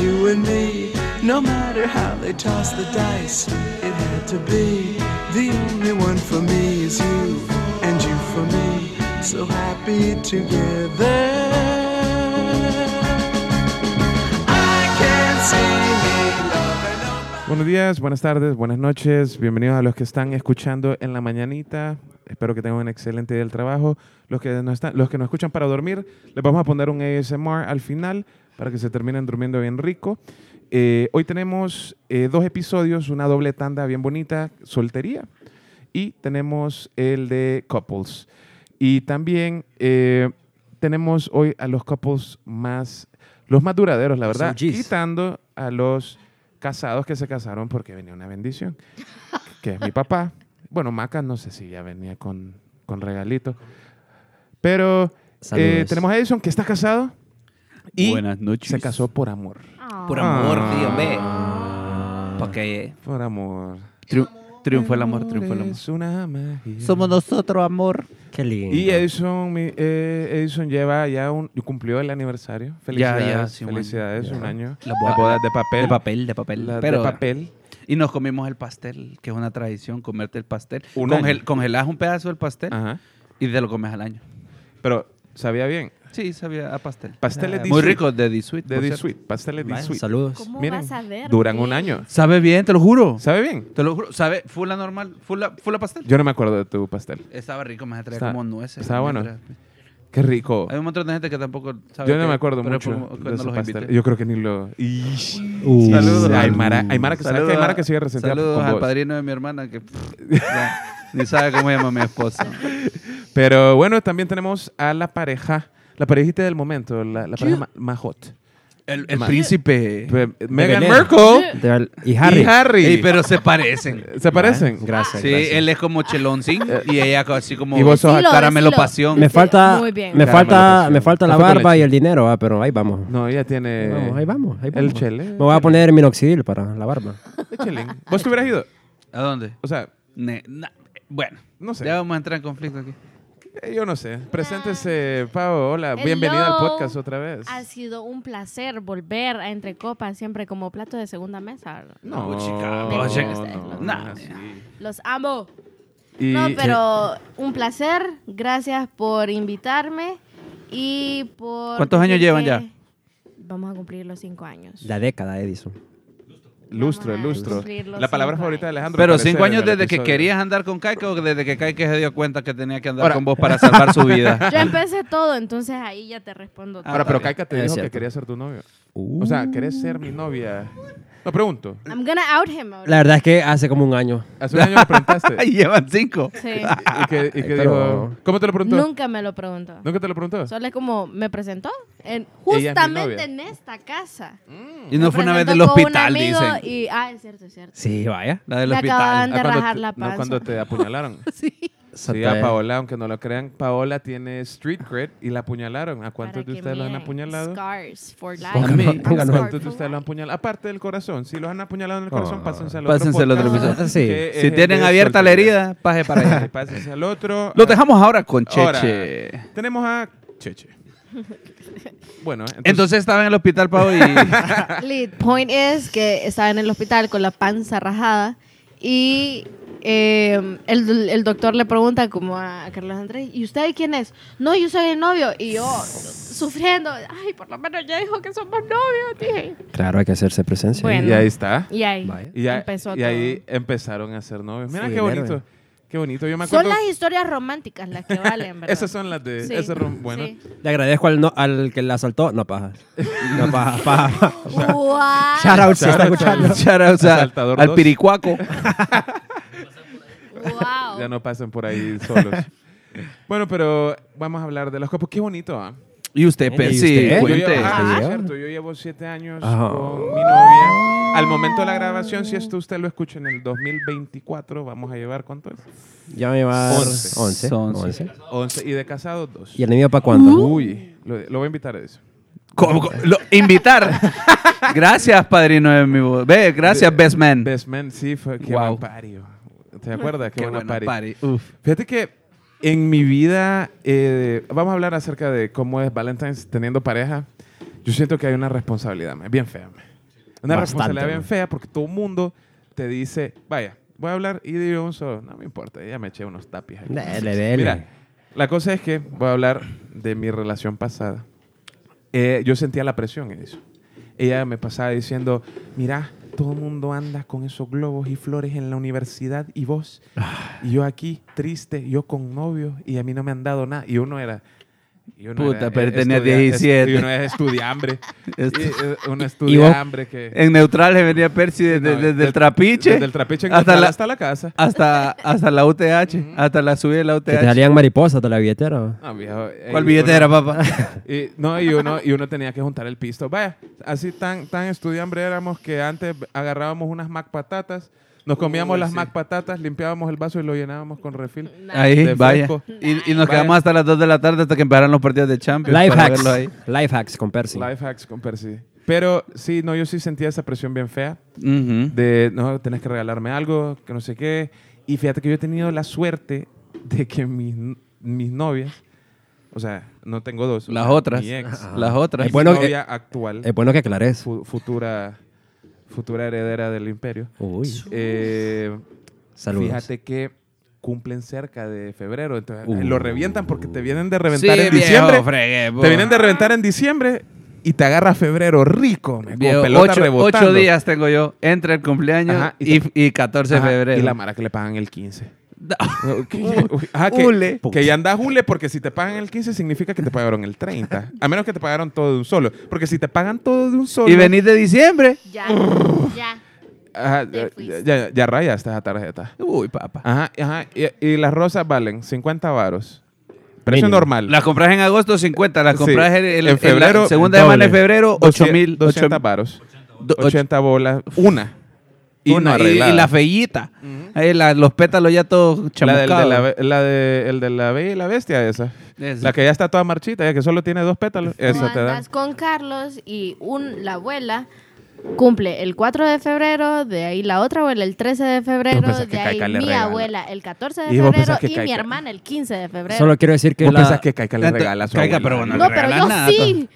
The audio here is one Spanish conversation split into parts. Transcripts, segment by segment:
you and me. No matter how they tossed the dice, it had to be. The only one for me is you, and you for me. So happy together. I can't see me loving nobody. Buenos días, buenas tardes, buenas noches. Bienvenidos a los que están escuchando en la mañanita. Espero que tengan un excelente día del trabajo. Los que nos, están, los que nos escuchan para dormir, les vamos a poner un ASMR al final para que se terminen durmiendo bien rico. Eh, hoy tenemos eh, dos episodios, una doble tanda bien bonita, soltería, y tenemos el de couples. Y también eh, tenemos hoy a los couples más, los más duraderos, la verdad, OGs. quitando a los casados que se casaron porque venía una bendición, que es mi papá. Bueno, Maca no sé si ya venía con, con regalito. Pero eh, Saludos. tenemos a Edison, que está casado y Buenas noches. se casó por amor. Por amor, Ah. tío, ve. Ah. Porque Por amor. triunfó el amor, triunfó el amor. Es una magia. nosotros, amor. Qué lindo. Y Edison, mi- eh, Edison lleva ya un... Cumplió el aniversario. Felicidades. ya, sí, un año. felicidades, Ya. un año. Las Las bodas- bodas de papel. De papel, de papel. Las Pero, de papel. Y nos comimos el pastel, que es una tradición, comerte el pastel. Un Congel- año. Ah. congelás un pedazo del pastel Ajá. y te lo comes al año. Pero sabía bien. Sí, sabía a pastel. Pasteles Ah, de Muy sweet. rico, de D-Sweet. De D-Sweet. Pasteles Vaya, D-Sweet. Saludos. ¿Cómo Miren, vas a ver? Duran qué? un año. Sabe bien, te lo juro. ¿Sabe bien? Te lo juro. Sabe, full normal, full, full pastel. Yo no me acuerdo de tu pastel. Estaba rico, me traía Está- como nueces. estaba me bueno. traía- Qué rico. Hay un montón de gente que tampoco sabe. Yo no qué- me acuerdo pero mucho fue- de no ese los pastel. invité. Yo creo que ni lo... Ish. Uh, Saludos. Aymara, Aymara que, sabe que Saludos Aymara a- que sigue resentida Saludos con al vos. padrino de mi hermana que pff, ya, ni sabe cómo llama mi esposa. Pero bueno, también tenemos a la pareja, la parejita del momento, la, la pareja ma- más hot. El, Ma- príncipe. Megan Belén. Merkel De verdad. Y y Harry. Harry. Ey, pero se parecen. ¿Se parecen? Ah, Gracias. Sí, gracias. él es como Cheloncín y ella co- así como Y vos sos Decilo, Caramelo decilo. Pasión. Sí, Me falta, Muy bien. me Caramelo falta, pasión. me falta la Café con barba leche. y el dinero, ah, pero ahí vamos. No, ella tiene... Vamos, ahí vamos, ahí El vamos. chele. Me voy a poner minoxidil para la barba. Chelín. ¿Vos te hubieras ido? ¿A dónde? O sea, Ne- na- bueno, No sé. ya vamos a entrar en conflicto aquí. eh, yo no sé. Preséntese, Pau. Hola, Hello. bienvenida al podcast otra vez. Ha sido un placer volver a Entre Copas siempre como plato de segunda mesa. No, No, chica, no, no, no, no, nah. así. Los amo. Y- eh, eh, No, pero un placer. Gracias por invitarme y por... ¿Cuántos años decir llevan que ya? Vamos a cumplir los cinco años. La década, Edison. Lustro, Vamos a lustro. cumplir los La palabra cinco favorita de años. Alejandro. Pero al cinco parecer, años en el desde que episodio. querías andar con Kaike o desde que Kaike se dio cuenta que tenía que andar Ahora- con vos para salvar su vida. Yo empecé todo, entonces ahí ya te respondo todo. Ahora, pero bien. Kaika te Es dijo que cierto. quería ser tu novio. O sea, ¿querés ser mi novia? No, pregunto. I'm gonna out him ahora. La verdad es que hace como un año. Hace un año me preguntaste. Ay, llevan cinco. Sí. ¿Y qué, y qué pero- dijo? ¿Cómo te lo preguntó? Nunca me lo preguntó. ¿Nunca te lo preguntó? Solo es como me presentó Ella es en- mi novia. justamente en esta casa. Y no Me fue una vez presentó del con un hospital, amigo dicen. Y, ah, es cierto, es cierto. Sí, vaya. La del Me hospital. Ah, acababan- cuando rajar te- la No, panza. cuando te apuñalaron. Sí. Sí, a Paola, aunque no lo crean, Paola tiene street cred y la apuñalaron. ¿A cuántos Para de que ustedes lo han miren. apuñalado? Scars for life. A Póngalo, mí. I'm póngalo. scarred ¿Cuántos de for ustedes lo han life. apuñalado? Aparte del corazón. Si los han apuñalado en el corazón, Ah. pásense al otro. Pásense al otro podcast, episodio. Ah, Sí. que eh, es Si el tienen de abierta la soltería. herida, paje para Sí, allá. Pásense al otro. Lo dejamos ahora con Cheche. Ahora. Tenemos a Cheche. Bueno, entonces, Entonces estaba en el hospital, Pau, y Lead point es que estaba en el hospital con la panza rajada y eh, el, el doctor le pregunta como a Carlos Andrés, ¿y usted quién es? No, yo soy el novio. Y yo, sufriendo, ay, por lo menos ya dijo que somos novios, dije. Claro, hay que hacerse presencia. Bueno. y ahí está. Y ahí Vaya. Y, ya- empezó y todo. ahí empezaron a ser novios. Mira Sí, qué bonito. verga. Qué bonito. Yo me acuerdo. Son las historias románticas las que valen, ¿verdad? Esas son las de. Sí, esas rom- bueno. sí. Le agradezco al, no- al que la asaltó. No, paja. No, paja, paja. Guau. Shout out, se Shout está out. escuchando. shout outs a- Asaltador al dos. piricuaco. Guau. Ya no pasan por ahí solos. bueno, pero vamos a hablar de los copos. Qué bonito, ¿ah? Y usted, ¿Y pues, sí, usted? Yo cuente. llevo, ah, Ah. es cierto, yo llevo siete años Ajá. con mi novia. Al momento de la grabación, si esto usted lo escucha en el 2024, vamos a llevar, ¿cuánto es? Ya me va Once. 11. Once. 11. 11. Y de casado, dos. ¿Y el mío para cuánto? Uh, Uy, lo, lo voy a invitar a eso. ¿Cómo- cómo- lo- invitar. gracias, padrino de mi voz. Ve, gracias, best man. Best Man, sí, fue qué Wow. buen pario. ¿Te acuerdas? Qué, Qué buena buena pari. party. Uf. Fíjate que en mi vida, eh, vamos a hablar acerca de cómo es Valentine's teniendo pareja. Yo siento que hay una responsabilidad, mae, bien fea. mae. Una Bastante, responsabilidad bien mae. fea porque todo el mundo te dice, vaya, voy a hablar y digo un solo. No me importa, ya me eché unos tapis. aquí. Dele, dele. Mira, la cosa es que voy a hablar de mi relación pasada. Eh, yo sentía la presión en eso. Ella me pasaba diciendo, mira, todo el mundo anda con esos globos y flores en la universidad y vos, Ah. y yo aquí triste, yo con novio y a mí no me han dado nada. Y uno era... y uno Puta, era, pero eh, tenía Este. estudia- 17. Y uno es estudiambre. y, Estu- eh, uno estudia hambre que... En neutral se venía Percy desde, No, eh, desde del- el trapiche. Desde el trapiche en hasta Cocal la, hasta la casa. hasta, hasta la UTH. Hasta la subida de la Que te UTH. salían mariposas de la billetera. No, viejo, eh, ¿Cuál uno- billetera, papá? Y, no, y uno, y uno tenía que juntar el pisto. Vaya, así tan, tan estudiambre éramos que antes agarrábamos unas mac patatas, nos comíamos Uy, las sí. mac patatas, limpiábamos el vaso y lo llenábamos con refil. Ahí, De vaya. fresco. Y, y nos Vaya. quedamos hasta las 2 de la tarde hasta que empezaran los partidos de Champions. Life para hacks. verlo ahí. Life hacks con Percy. Life hacks con Percy. Pero sí, no, yo sí sentía esa presión bien fea Ujú. de, no, tenés que regalarme algo, que no sé qué. Y fíjate que yo he tenido la suerte de que mis, mis novias, o sea, no tengo dos. o Las sea, otras. Mi ex. Ajá. Las otras. eh, mi Es bueno que- novia actual, Es Eh, bueno que aclares. fu- futura, futura heredera del imperio. Uy, Eh, saludos. Fíjate que cumplen cerca de febrero, entonces Uh. lo revientan porque te vienen de Sí, reventar en viejo, diciembre. fregué, po. te vienen de reventar en diciembre y te agarra febrero rico, me, con Viejo, pelota ocho, rebotando. ocho días tengo yo entre el cumpleaños Ajá, y y, y 14 de Ajá, febrero. Y la mara que le pagan el 15. No. Que- uy, ajá, que, Hule. que ya andas hule porque si te pagan el 15 significa que te pagaron el 30. A menos que te pagaron todo de un solo. Porque si te pagan todo de un solo... Y venís de diciembre. Ya, ya. ajá, Te ya, fuiste. ya, ya raya esta tarjeta. Uy, papá. Ajá, ajá. Y, y las rosas valen 50 varos. Precio Mínimo. normal. Las compras en agosto 50, las Sí, compras en, el- en febrero, la segunda doble. semana de febrero 8 mil. 200 varos. 80 bolas. Una. Y no y, arreglada. la fellita. Ahí la- los pétalos ya todos La del- de chamuscados. la, be- la de, el de la bella y la bestia esa. Esa. La que ya está toda marchita, ya que solo tiene dos pétalos. Esa Tú te dan. andas con Carlos y un, la abuela cumple el 4 de febrero, de ahí la otra abuela el 13 de ¿Vos febrero, pensás que de ahí Caica le mi regala? abuela el 14 de ¿Y vos febrero pensás que y mi Caica- hermana el 15 de febrero. Solo quiero decir que ¿Vos la... pensás que Caica le la- regala a su Caica, abuela? pero bueno, no, pero regalas yo nada, sí.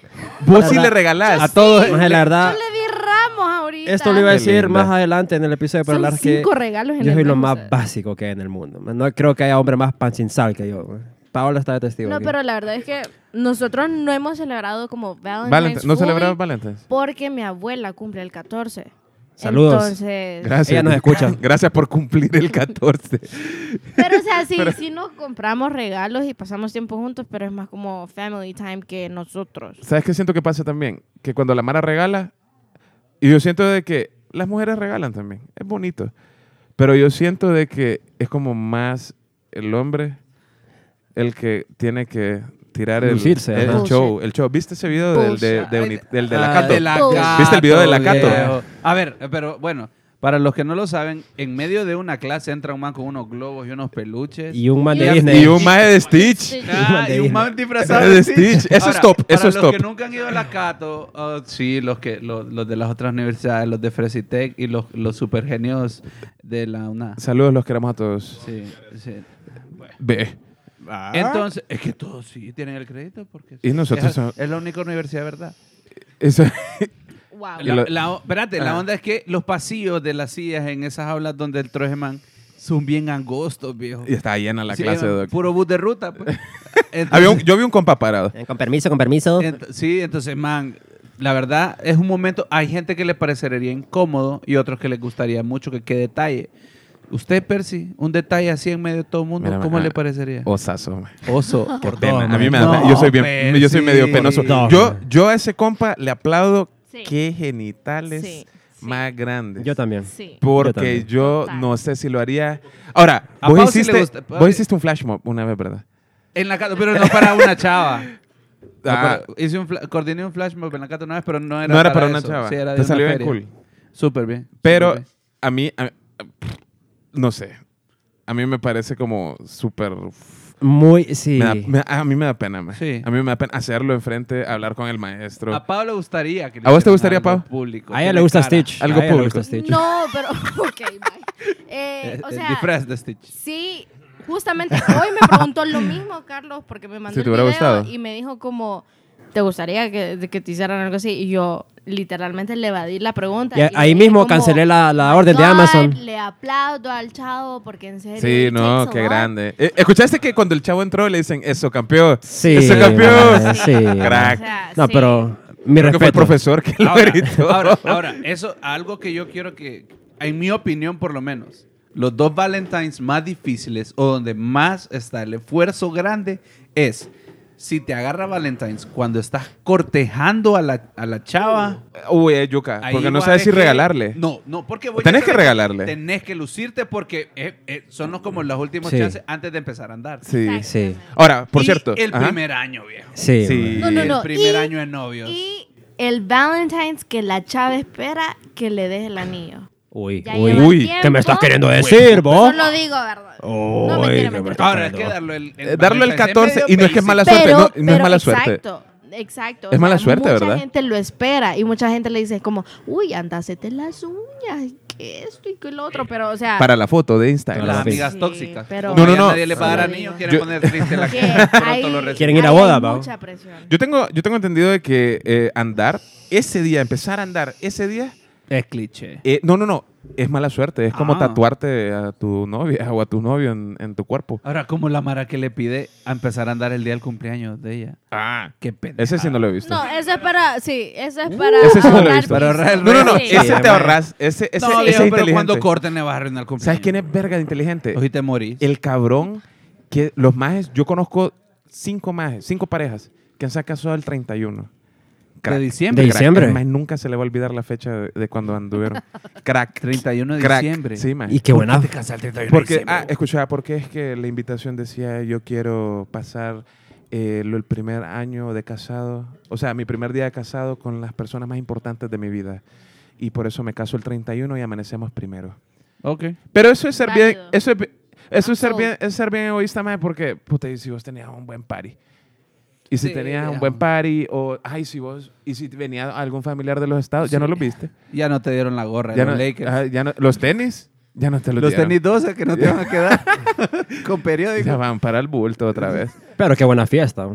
Vos sí La le verdad- regalás. A todos. Maje, la Yo verdad, le vi ramos ahorita. esto lo iba a Qué decir linda. más adelante en el episodio, pero Son la verdad que cinco regalos en yo el soy lo mes, más ¿sabes? básico que hay en el mundo. No creo que haya hombre más pancinzal que yo. Paola está de testigo. No, aquí. pero la verdad es que nosotros no hemos celebrado como Valentine's Valent- ¿No fully celebramos Valentine's? Porque mi abuela cumple el 14. Saludos. Entonces, Gracias. Ella nos escucha. Gracias por cumplir el 14. Pero, o sea, sí, sí nos compramos regalos y pasamos tiempo juntos, pero es más como family time que nosotros. ¿Sabes qué siento que pasa también? Que cuando la Mara regala, y yo siento de que las mujeres regalan también, es bonito, pero yo siento de que es como más el hombre el que tiene que tirar el, Lucirse, el ajá. show. El show. ¿Viste ese video del de, de Uni- del de la Ah, Cato? de la Cato. ¿Viste el video de la viejo. Cato? A ver, pero bueno, para los que no lo saben, en medio de una clase entra un man con unos globos y unos peluches. Y un man de Y- Disney. Y un maje de Stitch. Ah, y Disney. un man disfrazado De Stitch. Eso es top, para eso es los top. que nunca han ido a la Cato, ah, sí, los que los, los de las otras universidades, los de Fresitec y los, los supergenios de la UNA. Saludos, los queremos a todos. Sí, sí. Ve. Entonces, es que todos sí tienen el crédito porque Ah. Y nosotros es, son- es la única universidad, ¿verdad? Eso- Wow. Y La, lo- la o- espérate, la Ajá. onda es que los pasillos de las sillas en esas aulas donde el Trojeman son bien angostos, viejo. y estaba llena la Sí, clase, eh, Doc. Puro bus de ruta, pues. Entonces- Había un- yo vi un compa parado. Eh, Con permiso, con permiso. ent- sí, entonces, man, la verdad es un momento. Hay gente que le parecería incómodo y otros que les gustaría mucho que qué detalle. Usted, Percy, un detalle así en medio de todo el mundo, Mira, ¿cómo ah, le parecería? Osazo, maje. Oso, Qué pena. A mí me da pena. Yo soy bien, pues, yo soy medio penoso. Yo, yo a ese compa le aplaudo Sí. qué genitales Sí, sí. más grandes. Yo también. Sí. Porque Yo también. yo, Total. no sé si lo haría. Ahora, A vos Pau sí le hiciste, gusta. vos hiciste un flash mob una vez, ¿verdad? En la Cato, pero no para una chava. No, Ah, pero hice un fla- coordiné un flash mob en la Cato una vez, pero no era no era para una eso. chava. Sí, era de Te una salió bien feria. cool. Súper bien. Pero súper bien. a mí, a- no sé. A mí me parece como súper... Muy, sí. me da- me- a mí me da pena, maje. Sí. A mí me da pena hacerlo enfrente, hablar con el maestro. A Pablo le gustaría que le ¿A vos te hicieran gustaría, Pau? algo Público, A ella Tiene le gusta cara. Stitch. Algo a ella le público. gusta Stitch. No, pero. Ok, bye. Eh, Eh, o eh, sea, disfraz de Stitch. sí, justamente hoy me preguntó lo mismo, Carlos, porque me mandó Si te el hubiera video gustado. y me dijo como. ¿te gustaría que, de que te hicieran algo así? Y yo literalmente le evadí la pregunta. Y le ahí dije mismo como, cancelé la- la "My orden de God, Amazon". Le aplaudo al chavo porque en serio. Sí, it no, takes a qué lot. grande. Eh, ¿Escuchaste que cuando el chavo entró le dicen, eso campeón? Sí, Eso campeón. madre, sí. Crack. sea, No, sí. pero mi Creo que fue el respeto. profesor que lo Ahora, gritó. ahora, ahora, eso, algo que yo quiero que, en mi opinión por lo menos, los dos Valentines más difíciles o donde más está el esfuerzo grande es si te agarra Valentines cuando estás cortejando a la, a la chava. Uy, es yuca, ahí porque no va sabes de si que- regalarle. No, no, porque voy Tenés a- que regalarle. Tenés que lucirte porque eh, eh, son los- como los últimos Sí. chances antes de empezar a andar. Sí. Exacto. Sí, Ahora, por Y cierto. El ajá. primer año, viejo. sí. Sí. madre. No, no, no. El primer y- año de novios. Y el Valentine's que la chava espera que le des el anillo. Uy, Ya uy, lleva uy. tiempo. ¿Qué me estás queriendo decir, vos? Oh. Solo digo, ¿verdad? no Uy, mentira, qué mentira. Ahora es que darlo el, Eh, darlo el Valentine's 14 es medio y no es que es basic. mala suerte. no- no es mala suerte. Exacto. Exacto. O Es mala suerte, mucha ¿verdad? Mucha gente lo espera y mucha gente le dice como, uy, andásete las uñas, que esto y que lo otro, pero o sea, Para la foto de Pero Instagram. las Sí, amigas tóxicas. pero- Como No, no, ya no. Nadie le va a dar Sí. anillos, quieren Yo- poner triste la que cara. hay- Pronto lo reciben. Quieren ir a ahí boda, hay Pau. mucha presión. Yo tengo, yo tengo entendido de que eh, andar ese día, empezar a andar ese día, Es cliché. eh, no, no, no, es mala suerte. Es como Ah. tatuarte a tu novia o a tu novio en, en tu cuerpo. Ahora, como la Mara que le pide a empezar a andar el día del cumpleaños de ella. Ah, Qué pendejo. ese sí no lo he visto. No, eso es para, sí, eso es para Ese sí no lo he ahorrar visto. Para piso. ahorrar el no, no, no, Sí. ese te Sí. ahorras. Ese, ese, No, ese viejo, es pero cuando inteligente. corten le va a arruinar el cumpleaños. ¿Sabes quién es verga de inteligente? Hoy te morís. El cabrón que los majes, yo conozco cinco majes, cinco parejas que se han casado el 31. de Crack. diciembre. De Crack. diciembre. El maje nunca se le va a olvidar la fecha de, de cuando anduvieron. Crack. 31 de Crack. diciembre. Sí, maje. Y qué buena. Porque, ah, escuchaba, porque es que la invitación decía yo quiero pasar eh, lo- el primer año de casado, o sea, mi primer día de casado con las personas más importantes de mi vida. Y por eso me caso el 31 y amanecemos primero. Ok. Pero eso es ser bien, Válido. eso es, bi- eso es ser Absol. bien, es ser bien egoísta, más porque, puta, y si vos tenías un buen party. Y si Sí, tenías un ya. buen party, o, ay, si vos, y si venía algún familiar de los estados, ya no lo viste. Ya no te dieron la gorra. Ya los no, Lakers. ajá, ya no- los tenis, ya no te los, los dieron. tenis 12 que no te van a quedar. Con periódico. Ya van para el bulto otra vez. Pero qué buena fiesta.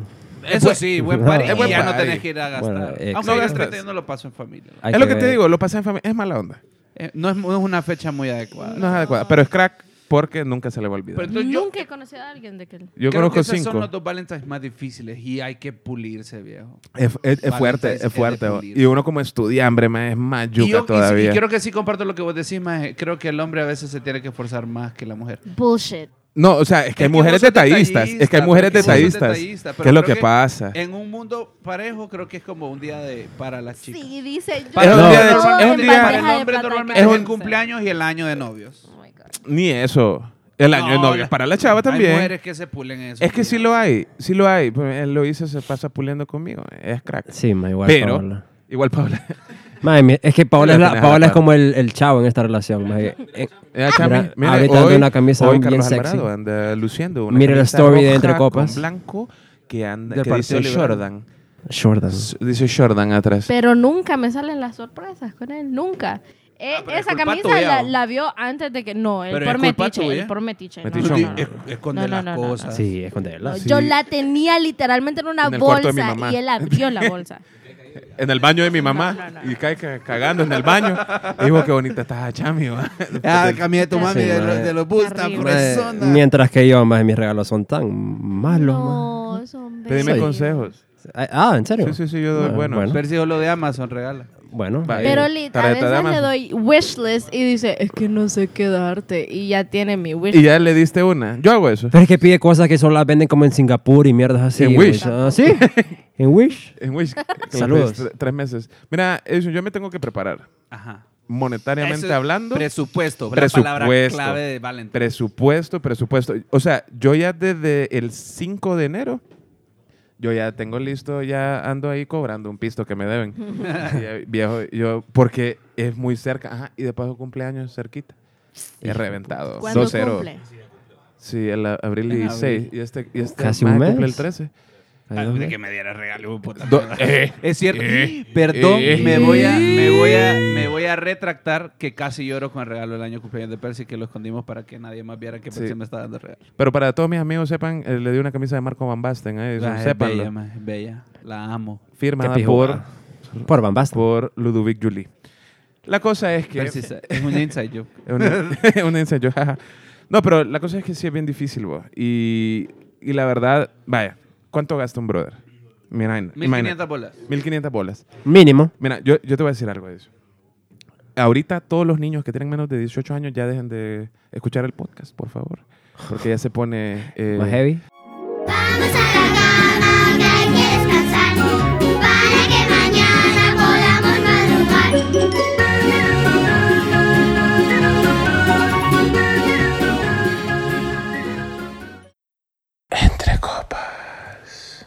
Eso sí, buen eh, No, party. es y buen ya no party. tenés que ir a gastar. Bueno, exacto. Aunque No yo el gastas. 31 lo paso en familia. Hay es lo que ver. te digo, lo pasé en familia. Es mala onda. Eh, no, es, no es una fecha muy adecuada. No es adecuada. Pero es crack porque nunca se le va a Pero olvidar. entonces yo- Nunca he conocido a alguien de que Yo creo que conozco esos son cinco. los dos Valentines más difíciles y hay que pulirse, viejo. Es, es- es fuerte, Valentine's es fuerte. es de oh. pulir. Y uno como estudiambre más es más Y, yo, yuca y- todavía. y creo que sí comparto lo que vos decís, más eh, creo que el hombre a veces se tiene que esforzar más que la mujer. bullshit. No, o sea, es que hay Es que mujeres vos sos detallistas. Es que hay detallista, mujeres porque vos sos detallistas. detallista, ¿Qué es lo pero que creo pasa? En un mundo parejo creo que es como un día de para las chicas. Sí, dice yo. Para un día de- todo es un en día- bandeja para el de hombre plata normalmente es que el se- cumpleaños y el año de novios. Oh my God. Ni eso. El año de No, novio la- es para la chava Hay también. mujeres que se pulen en eso. Es que sí lo hay, sí lo hay. Pues, Él lo hizo, se pasa puliendo conmigo. Es crack. Sí, ma, igual. Pero- Paola. Igual Paula. Madre mía, es que Sí, Paola, es, la la- tenés a la Paola es par. como el, el chavo en esta relación. ma, que- eh, Mira, Chami, Mira, mira, ahorita hoy, anda una camisa hoy bien Carlos sexy. Alvarado anda luciendo una Mira la camisa story de roja Entre con Copas. blanco que anda Del que dice Partido Liberal. Jordan. Jordan. S- Dice Jordan atrás. Pero nunca me salen las sorpresas con él, nunca. Eh, Ah, pero es esa culpa camisa tuya, la, ¿o? la vio antes de que. No, él Pero por es culpa metiche. tuya. él por metiche. no, Metiche. no, no, no. Es- esconde No, no, las no, no, no. cosas. Sí, esconderla. Sí. Yo la tenía literalmente en una En el cuarto de mi bolsa mamá. y él abrió la bolsa. En el baño de mi mamá. No, no, no. Y cae ca- cagando en el baño. Digo, qué bonita estás, Chami. va". Ah, camisa de tu mami Sí, de, los- madre. de los bustas, Horrible. persona. Mientras que yo, más mis regalos son tan malos. ma. No, son Pedime bellos. consejos. Ah, ¿en serio? Sí, sí, sí, yo doy Ah, buenos. Bueno, Ver si lo de Amazon regala. bueno, Va, ahí- Pero lit, a Tarjeta de veces le Amazon. doy wishlist y dice, es que no sé qué darte. Y ya tiene mi Y wishlist. ya le diste una. Yo hago eso. Pero es que pide cosas que solo las venden como en Singapur y mierdas así. En güey. Wish. Ah, ¿Sí? ¿En Wish? En Wish. Eh, que la Saludos. pedí tre- Tres meses. Mira, Edison, yo me tengo que preparar. Ajá. Monetariamente Eso es hablando. Presupuesto, la palabra Presupuesto. clave de Valentine. Presupuesto, presupuesto. O sea, yo ya desde el 5 de enero, yo ya tengo listo, ya ando ahí cobrando un pisto que me deben. Ya, viejo, yo, porque es muy cerca. Ajá, y de paso cumpleaños cerquita. He reventado. ¿Cuándo 2-0. cumple? Sí, el a- abril En 16. abril. Y este, y este Casi un maje mes. cumple el 13. Ah, Ahí va. de que me diera regalo, hijo de puta. Do- eh, es cierto. eh, Perdón, eh. me voy a, me voy a, me voy a retractar que casi lloro con el regalo del año de cumpleaños de Percy que lo escondimos para que nadie más viera que Sí. Percy me está dando regalo. Pero para todos mis amigos sepan, eh, le di una camisa de Marco Van Basten. Eh, Ah, es sépanlo. bella, ma, es bella. La amo. firmada Qué pijo, por, ah. Por Bambasta. por Ludovic Julie. La cosa es que... Pero sí, Es un inside joke. Es una- un ensayo, jaja. No, pero la cosa es que sí es bien difícil, vos. Y, y la verdad, vaya, ¿cuánto gasta un brother? Mira, imagina, 1500 bolas. 1500 bolas. Mínimo. Mira, yo, yo te voy a decir algo de eso. Ahorita todos los niños que tienen menos de 18 años ya dejen de escuchar el podcast, por favor. Porque ya se pone... eh, Más heavy. Vamos a la cama que hay que descansar para que mañana podamos madrugar. Entre copas.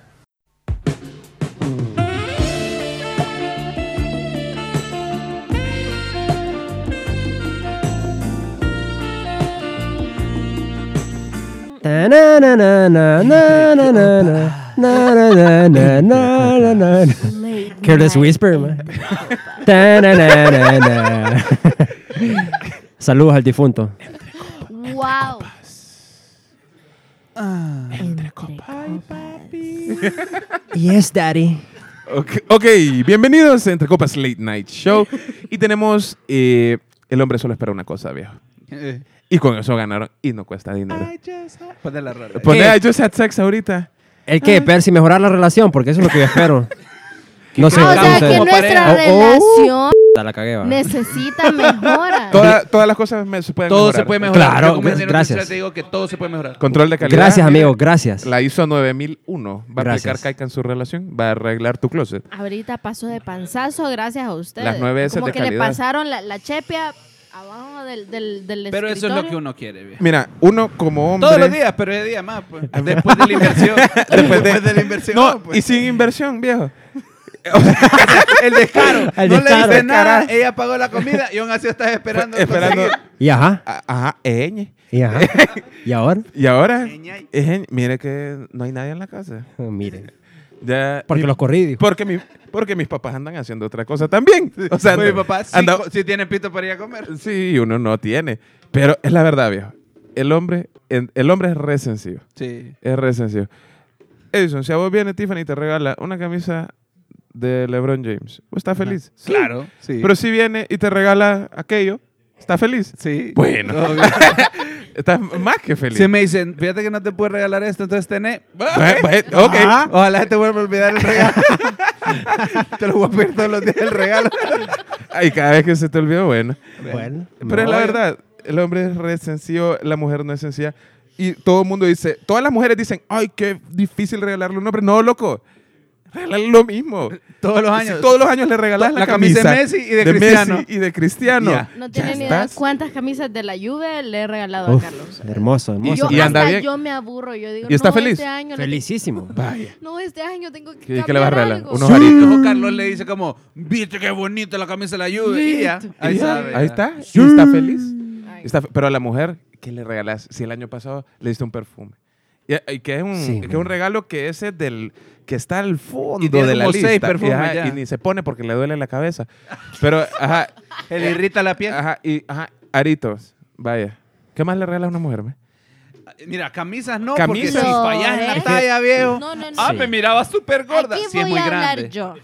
Na, na, na, na, na, na, na, na, na, na, na, na, na, na, na, na. Careless Whisper, man. Ta, na, na, na, na. Saludos al difunto. ¡Wow! Ah. Yes, daddy. Ok, ok, bienvenidos a Entre Copas Late Night Show. Y tenemos... eh, el hombre solo espera una cosa, viejo. Eh, Y con eso ganaron y no cuesta dinero. I just had- Ponle la rola. Poné Eh. a Just Had Sex ahorita. ¿El Ah. qué? Percy, mejorar la relación, porque eso es lo que yo espero. No sé, Ah, o sea, Entonces- que Como nuestra pareja. Oh, relación La cagué, va. necesita mejora. Toda- todas las cosas me- se pueden Eh, Todo mejorar. se puede mejorar. Claro, Yo como ingeniero gracias. industrial Te digo que todo se puede mejorar. Control de calidad. Gracias, mire, amigo, gracias. La ISO 9001. Va a Gracias. aplicar caica en su relación. Va a arreglar tu closet. Ahorita paso de panzazo gracias a ustedes. Las nueve S Como de que le calidad. pasaron la, la chepia abajo del, del, del Pero eso es lo escritorio. que uno quiere. viejo. Mira, uno como hombre. Todos los días, pero ese día más. pues. Después de la inversión. Después de- la inversión. No, pues. y sin inversión, viejo. el descaro. El no descaro. le dice nada. Ella pagó la comida y aún así estás esperando. Esperando. Y ajá, a- Ajá, eñe. y ajá. ¿Y ahora? Y ahora. Eñe. eñe, Mire que no hay nadie en la casa. Oh, Miren. Ya. Porque mi- los corrí, dijo. porque, mi- porque mis papás andan haciendo otra cosa también. O sea, Pues mi anda- papá sí, anda- co- sí tiene pito para ir a comer. Sí, uno no tiene. Pero es la verdad, viejo. El hombre, el, el hombre es re sencillo. Sí. Es re sencillo. Edison, si a vos viene Tiffany y te regala una camisa de LeBron James, ¿vos estás feliz? Sí. Claro. Sí. Pero si viene y te regala aquello, ¿estás feliz? sí. Bueno. Obvio. Estás más que feliz. Si me dicen, fíjate que no te puedes regalar esto, entonces tenés. Bueno, bueno, ok. Ajá. Ojalá se te vuelva a olvidar el regalo. te lo voy a pedir todos los días el regalo. Ay, cada vez que se te olvidó, bueno. Bueno. Pues, Pero es la eh. verdad, el hombre es re sencillo, la mujer no es sencilla. Y todo el mundo dice, todas las mujeres dicen, ay, qué difícil regalarle a un hombre. No, loco, regálale lo mismo. Todos los Si años. todos los años le regalás To- la, la camisa, camisa de Messi y de Cristiano. Messi y de Cristiano. Ya. No Ya tienen ni idea estás. cuántas camisas de la Juve le he regalado Uf, a Carlos. hermoso, hermoso. Y yo, Y anda hasta bien. yo me aburro. Yo digo, ¿Y está no, feliz? este año... le- Felicísimo. Vaya. No, este año tengo que ¿Qué- cambiar qué le vas a regalar? algo. Unos Sí. aritos. Luego Carlos le dice como, viste qué bonita la camisa de la Juve. Y ya, Ahí, ahí sabe. ya. está. Y está feliz. Ay, Está fe- pero a la mujer, ¿qué le regalás? Si el año pasado le diste un perfume. Y, y que es un, Sí, que es man. un regalo que ese del que está al fondo Y tiene de la como seis lista. perfumes y, ajá, ya. y ni se pone porque le duele la cabeza. Pero, ajá, Se le irrita la piel. ajá, y, ajá, aritos. Vaya. ¿Qué más le regalas a una mujer? me? Mira, camisas no, Camisas. porque si fallas en No, la ¿eh? talla, viejo. No, no, no. Ah, Sí. me miraba súper gorda. Aquí Sí, es voy muy a hablar grande. yo.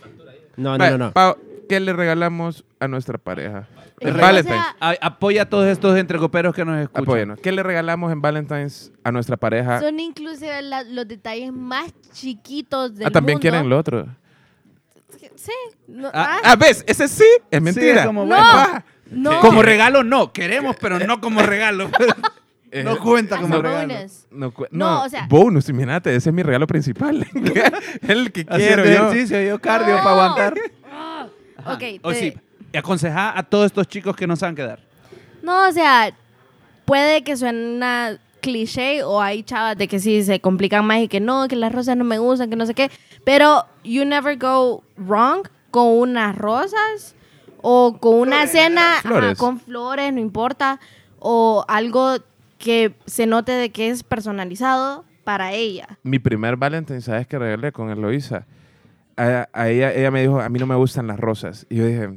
No, no, Vaya, no, no. Pao, ¿Qué le regalamos a nuestra pareja? Eh, En o Valentine's. sea, A- apoya a todos estos entrecoperos que nos escuchan. Apóyanos. ¿Qué le regalamos en Valentine's a nuestra pareja? Son inclusive la- los detalles más chiquitos del Ah, también mundo. quieren lo otro. Sí. No, Ah, ah, Ah, ¿ves? Ese sí es mentira. es como, no, bueno, paja. no. Como regalo no, queremos, pero no como regalo. Eh, no cuenta As como a regalo. bonus. No, cu- No, no, o sea- bonus, imagínate, ese es mi regalo principal. el que Haciendo quiero yo. ejercicio, yo cardio No. para aguantar. Ah, Ok, O te- sí, aconsejá a todos estos chicos que no saben quedar. No, o sea, puede que suena cliché o hay chavas de que sí se complican más y que no, que las rosas no me gustan, que no sé qué. Pero you never go wrong con unas rosas o con una cena ajá, Flores. con flores, no importa. O algo que se note de que es personalizado para ella. Mi primer Valentine, ¿sabes que regalé con Eloisa? A, a ella, ella me dijo, a mí no me gustan las rosas. Y yo dije, "F-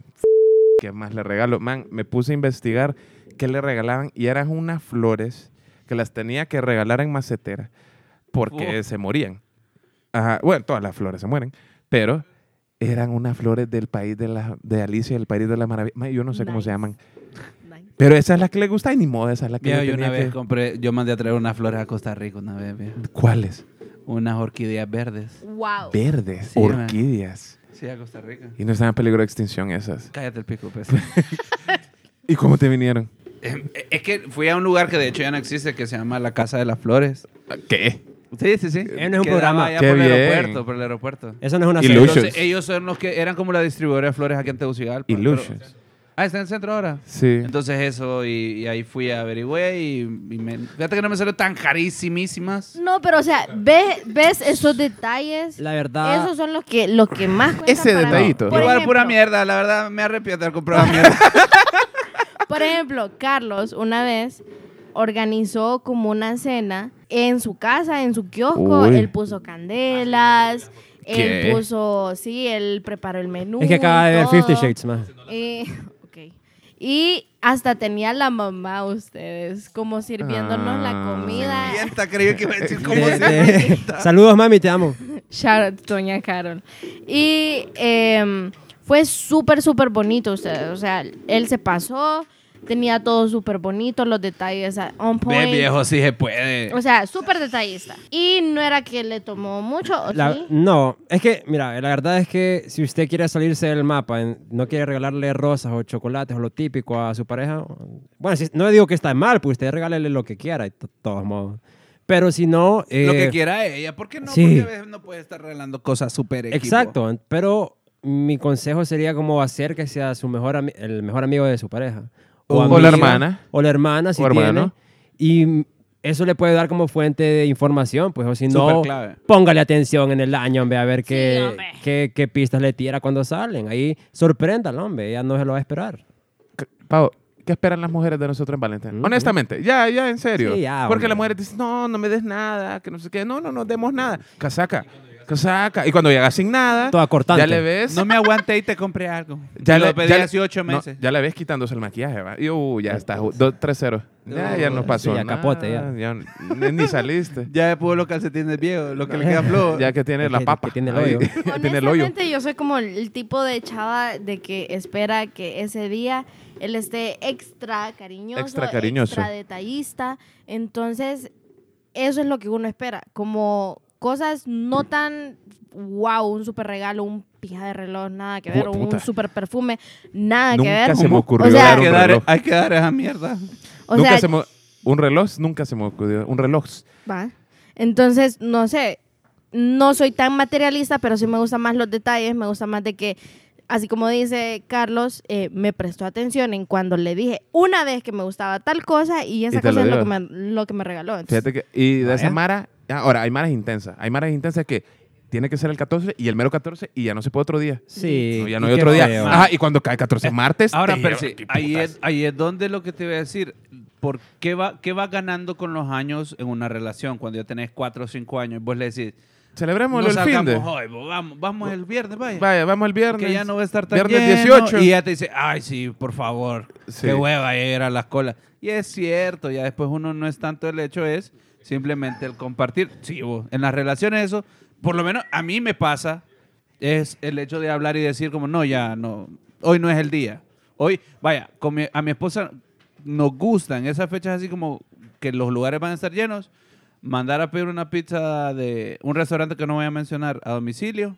¿qué más le regalo? Man, me puse a investigar qué le regalaban y eran unas flores que las tenía que regalar en macetera porque Oh. se morían. Ajá, bueno, todas las flores se mueren. Pero eran unas flores del país de, la, de Alicia, del país de las maravillas. Mae, Yo no sé cómo se Nice. llaman. Nice. Pero esa es la que le gusta y ni modo, esa es la que Mira, yo yo una tenía vez que- compré, yo mandé a traer unas flores a Costa Rica una vez, viejo. ¿Cuáles? unas orquídeas verdes. Wow. Verdes, Sí, mae. orquídeas. Sí, a Costa Rica. Y no están en peligro de extinción esas. Cállate el pico, pues. ¿Y cómo te vinieron? Eh, es que fui a un lugar que de hecho ya no existe, que se llama la Casa de las Flores. ¿Qué? Sí, sí, sí. Eh, no es Quedaba un programa. allá Qué por bien. el aeropuerto, por el aeropuerto. Eso no es una Y serie. Lucius. Entonces, ellos son los que eran como la distribuidora de flores aquí en Tegucigalpa. pero- Illusions. Ah, está en el centro ahora. Sí. Entonces eso, y, y ahí fui a averigüé y, y me- fíjate que no me salió tan carísimísimas. No, pero o sea, ves, ves esos detalles. La verdad. Esos son los que, los que más cuentan Ese para mí. detallito. Por Igual ejemplo, pura mierda, la verdad me arrepiento de haber comprado mierda. Por ejemplo, Carlos una vez organizó como una cena en su casa, en su kiosco. Uy. Él puso candelas, ¿Qué? él puso, sí, él preparó el menú. Es que acaba de ver todo. 50 Shades más. Y, ok. Y hasta tenía la mamá ustedes, como sirviéndonos la Ah. comida. Pienta, creo que iba a decir cómo De- se de- Saludos, mami, te amo. Shout out, Doña Carol. Y em, fue súper, súper bonito. O sea, o sea, él se pasó, tenía todo súper bonito, los detalles a- on Ve, point. viejo, sí se puede. O sea, súper detallista. Y no era que le tomó mucho, ¿o La- sí? no, es que, mira, la verdad es que si usted quiere salirse del mapa, en- no quiere regalarle rosas o chocolates o lo típico a su pareja, bueno, si- no digo que está mal, pues usted regálele lo que quiera, de to- todos modos. Pero si no... Lo eh, que quiera ella, ¿por qué no? sí. Porque a veces no puede estar regalando cosas súper este equipo. Exacto, pero mi consejo sería como hacer que sea su mejor ami- el mejor amigo de su pareja. O la hermana. O la hermana, si O hermano. tiene. Y eso le puede dar como fuente de información, pues, o si no, Superclave. póngale atención en el año, hombre, a ver qué, Sí, hombre. qué, qué pistas le tira cuando salen. Ahí sorpréndalo, hombre, ella no se lo va a esperar. Pau, ¿qué esperan las mujeres de nosotros en Valentín? Mm, Honestamente, ya, ya, en serio. Sí, ya, Porque hombre. las mujeres dicen, no, no me des nada, que no sé qué, no, no nos demos nada. Casaca, casaca. Y cuando llegas sin nada, Toda cortante. ya le ves. No me aguanté y te compré algo. ya lo le- pedí ya le- hace ocho no, meses. ya le ves quitándose el maquillaje, ¿va? Y uh, ya está, 3-0. Ya, ya no pasó. Sí, ya nada, capote, ya. ni, ni saliste. Ya me pudo los calcetines viejos, lo que le queda flojo. ya que tiene Es la que- papa. que tiene el ahí. hoyo. tiene el hoyo. Honestamente, yo soy como el tipo de chava de que espera que ese día él esté extra cariñoso, Extra cariñoso. extra detallista. Entonces, eso es lo que uno espera. Como cosas no tan wow, un super regalo, un pija de reloj, nada que ver, Jue- un puta. super perfume, nada que ver. Nunca se me O ocurrió sea, dar hay, un que dar, reloj. hay que dar esa mierda. O nunca sea, se me- Un reloj, nunca se me ocurrió. Un reloj. Va. Entonces, no sé, no soy tan materialista, pero sí me gustan más los detalles, me gusta más de que, así como dice Carlos, eh, me prestó atención en cuando le dije una vez que me gustaba tal cosa y esa Y te cosa lo es lo que, dio. me, lo que me regaló. Entonces, Fíjate que, y de esa Vaya. Mara, ah, ahora, hay Maras intensas. Hay Maras intensas que tiene que ser el 14 y el mero 14 y ya no se puede otro día. Sí. No, ya no y hay qué otro día. Ah, feo. Ajá, y cuando cae 14 martes. Eh, Ahora, te lleva- Percy, Este, ¿qué ahí putas? es, ahí es donde lo que te voy a decir. ¿Por qué va, qué va ganando con los años en una relación? Cuando ya tenés cuatro o cinco años, vos le decís, Celebremos no el fin salgamos de. hoy, bo, vamos, vamos el viernes, vaya. Vaya, vamos el viernes. que ya no va a estar tan Viernes lleno, 18. Y ya te dice, ay, sí, por favor, Sí. qué hueva ir a las colas. Y es cierto, ya después uno no es tanto el hecho, es simplemente el compartir. Sí, vos, en las relaciones eso, por lo menos a mí me pasa, es el hecho de hablar y decir como, no, ya, no, hoy no es el día. Hoy, vaya, con mi- a mi esposa nos gustan esas fechas así como que los lugares van a estar llenos. Mandar a pedir una pizza de un restaurante que no voy a mencionar a domicilio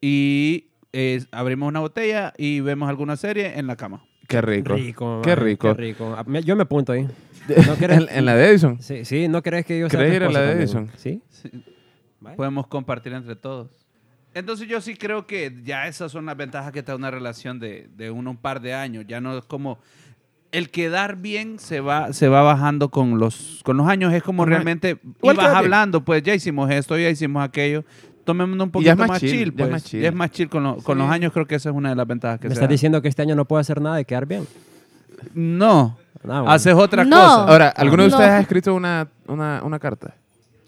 y eh, abrimos una botella y vemos alguna serie en la cama. Qué rico. Rico, Qué man, rico. Qué rico. Ah, me- Yo me apunto ahí. ¿No querés- en, en la de Edison. Sí, sí, ¿no crees que yo sea tu ¿Querés ir a la esposa de Edison? también? Sí. Podemos compartir entre todos. Entonces yo sí creo que ya esas son las ventajas que te da una relación de, de uno un par de años. Ya no es como... El quedar bien se va, se va bajando con los, con los años. Es como Ajá. realmente... Y Igual vas quedar bien. hablando, pues ya hicimos esto, ya hicimos aquello. Tomémonos un poquito más más, chill, chill, ya es pues. más chill. Ya es más chill con, lo- con Sí. los años. Creo que esa es una de las ventajas que Me se da. estás diciendo que este año no puedo hacer nada de quedar bien. No. Ah, bueno. Haces otra No. cosa. Ahora, ¿alguno de No. ustedes ha escrito una, una, una carta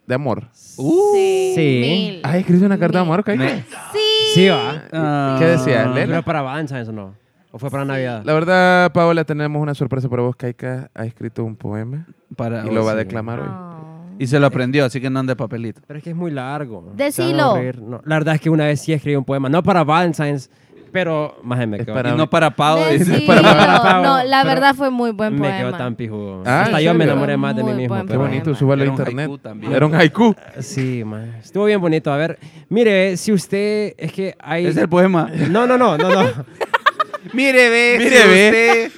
de amor? sí. sí. mil. ¿Has escrito una carta de amor? Kai? Me- Ah, Sí. Sí, va. Ah, ¿Qué decías, Pero Lela? era para Valentine's eso no. ¿O fue para Navidad? La verdad, Paola, tenemos una sorpresa para vos. Kaika ha escrito un poema Para, y lo va a Ah, sí. declamar hoy. Oh. Y se lo aprendió, así que no ande papelito. Pero es que es muy largo. Decilo. Se van a aburrir. No, la verdad es que una vez sí escribí un poema, no para Valentine's, pero más me Es quedó. para- Y no para pavo. dice. Decido. para- para- para- No, la pero- verdad fue muy buen me quedó poema. tan pijudo. Ah, Hasta ¿en yo me serio? enamoré más de mí Muy mismo. buen Qué pero- bonito, Poema. súbalo a Era un internet. haiku también. Era un haiku. Sí, man. Estuvo bien bonito. A ver, mire, si usted es que hay... Es el poema. No, no, no, no, no. Mire, ve. Mire, si ve. usted-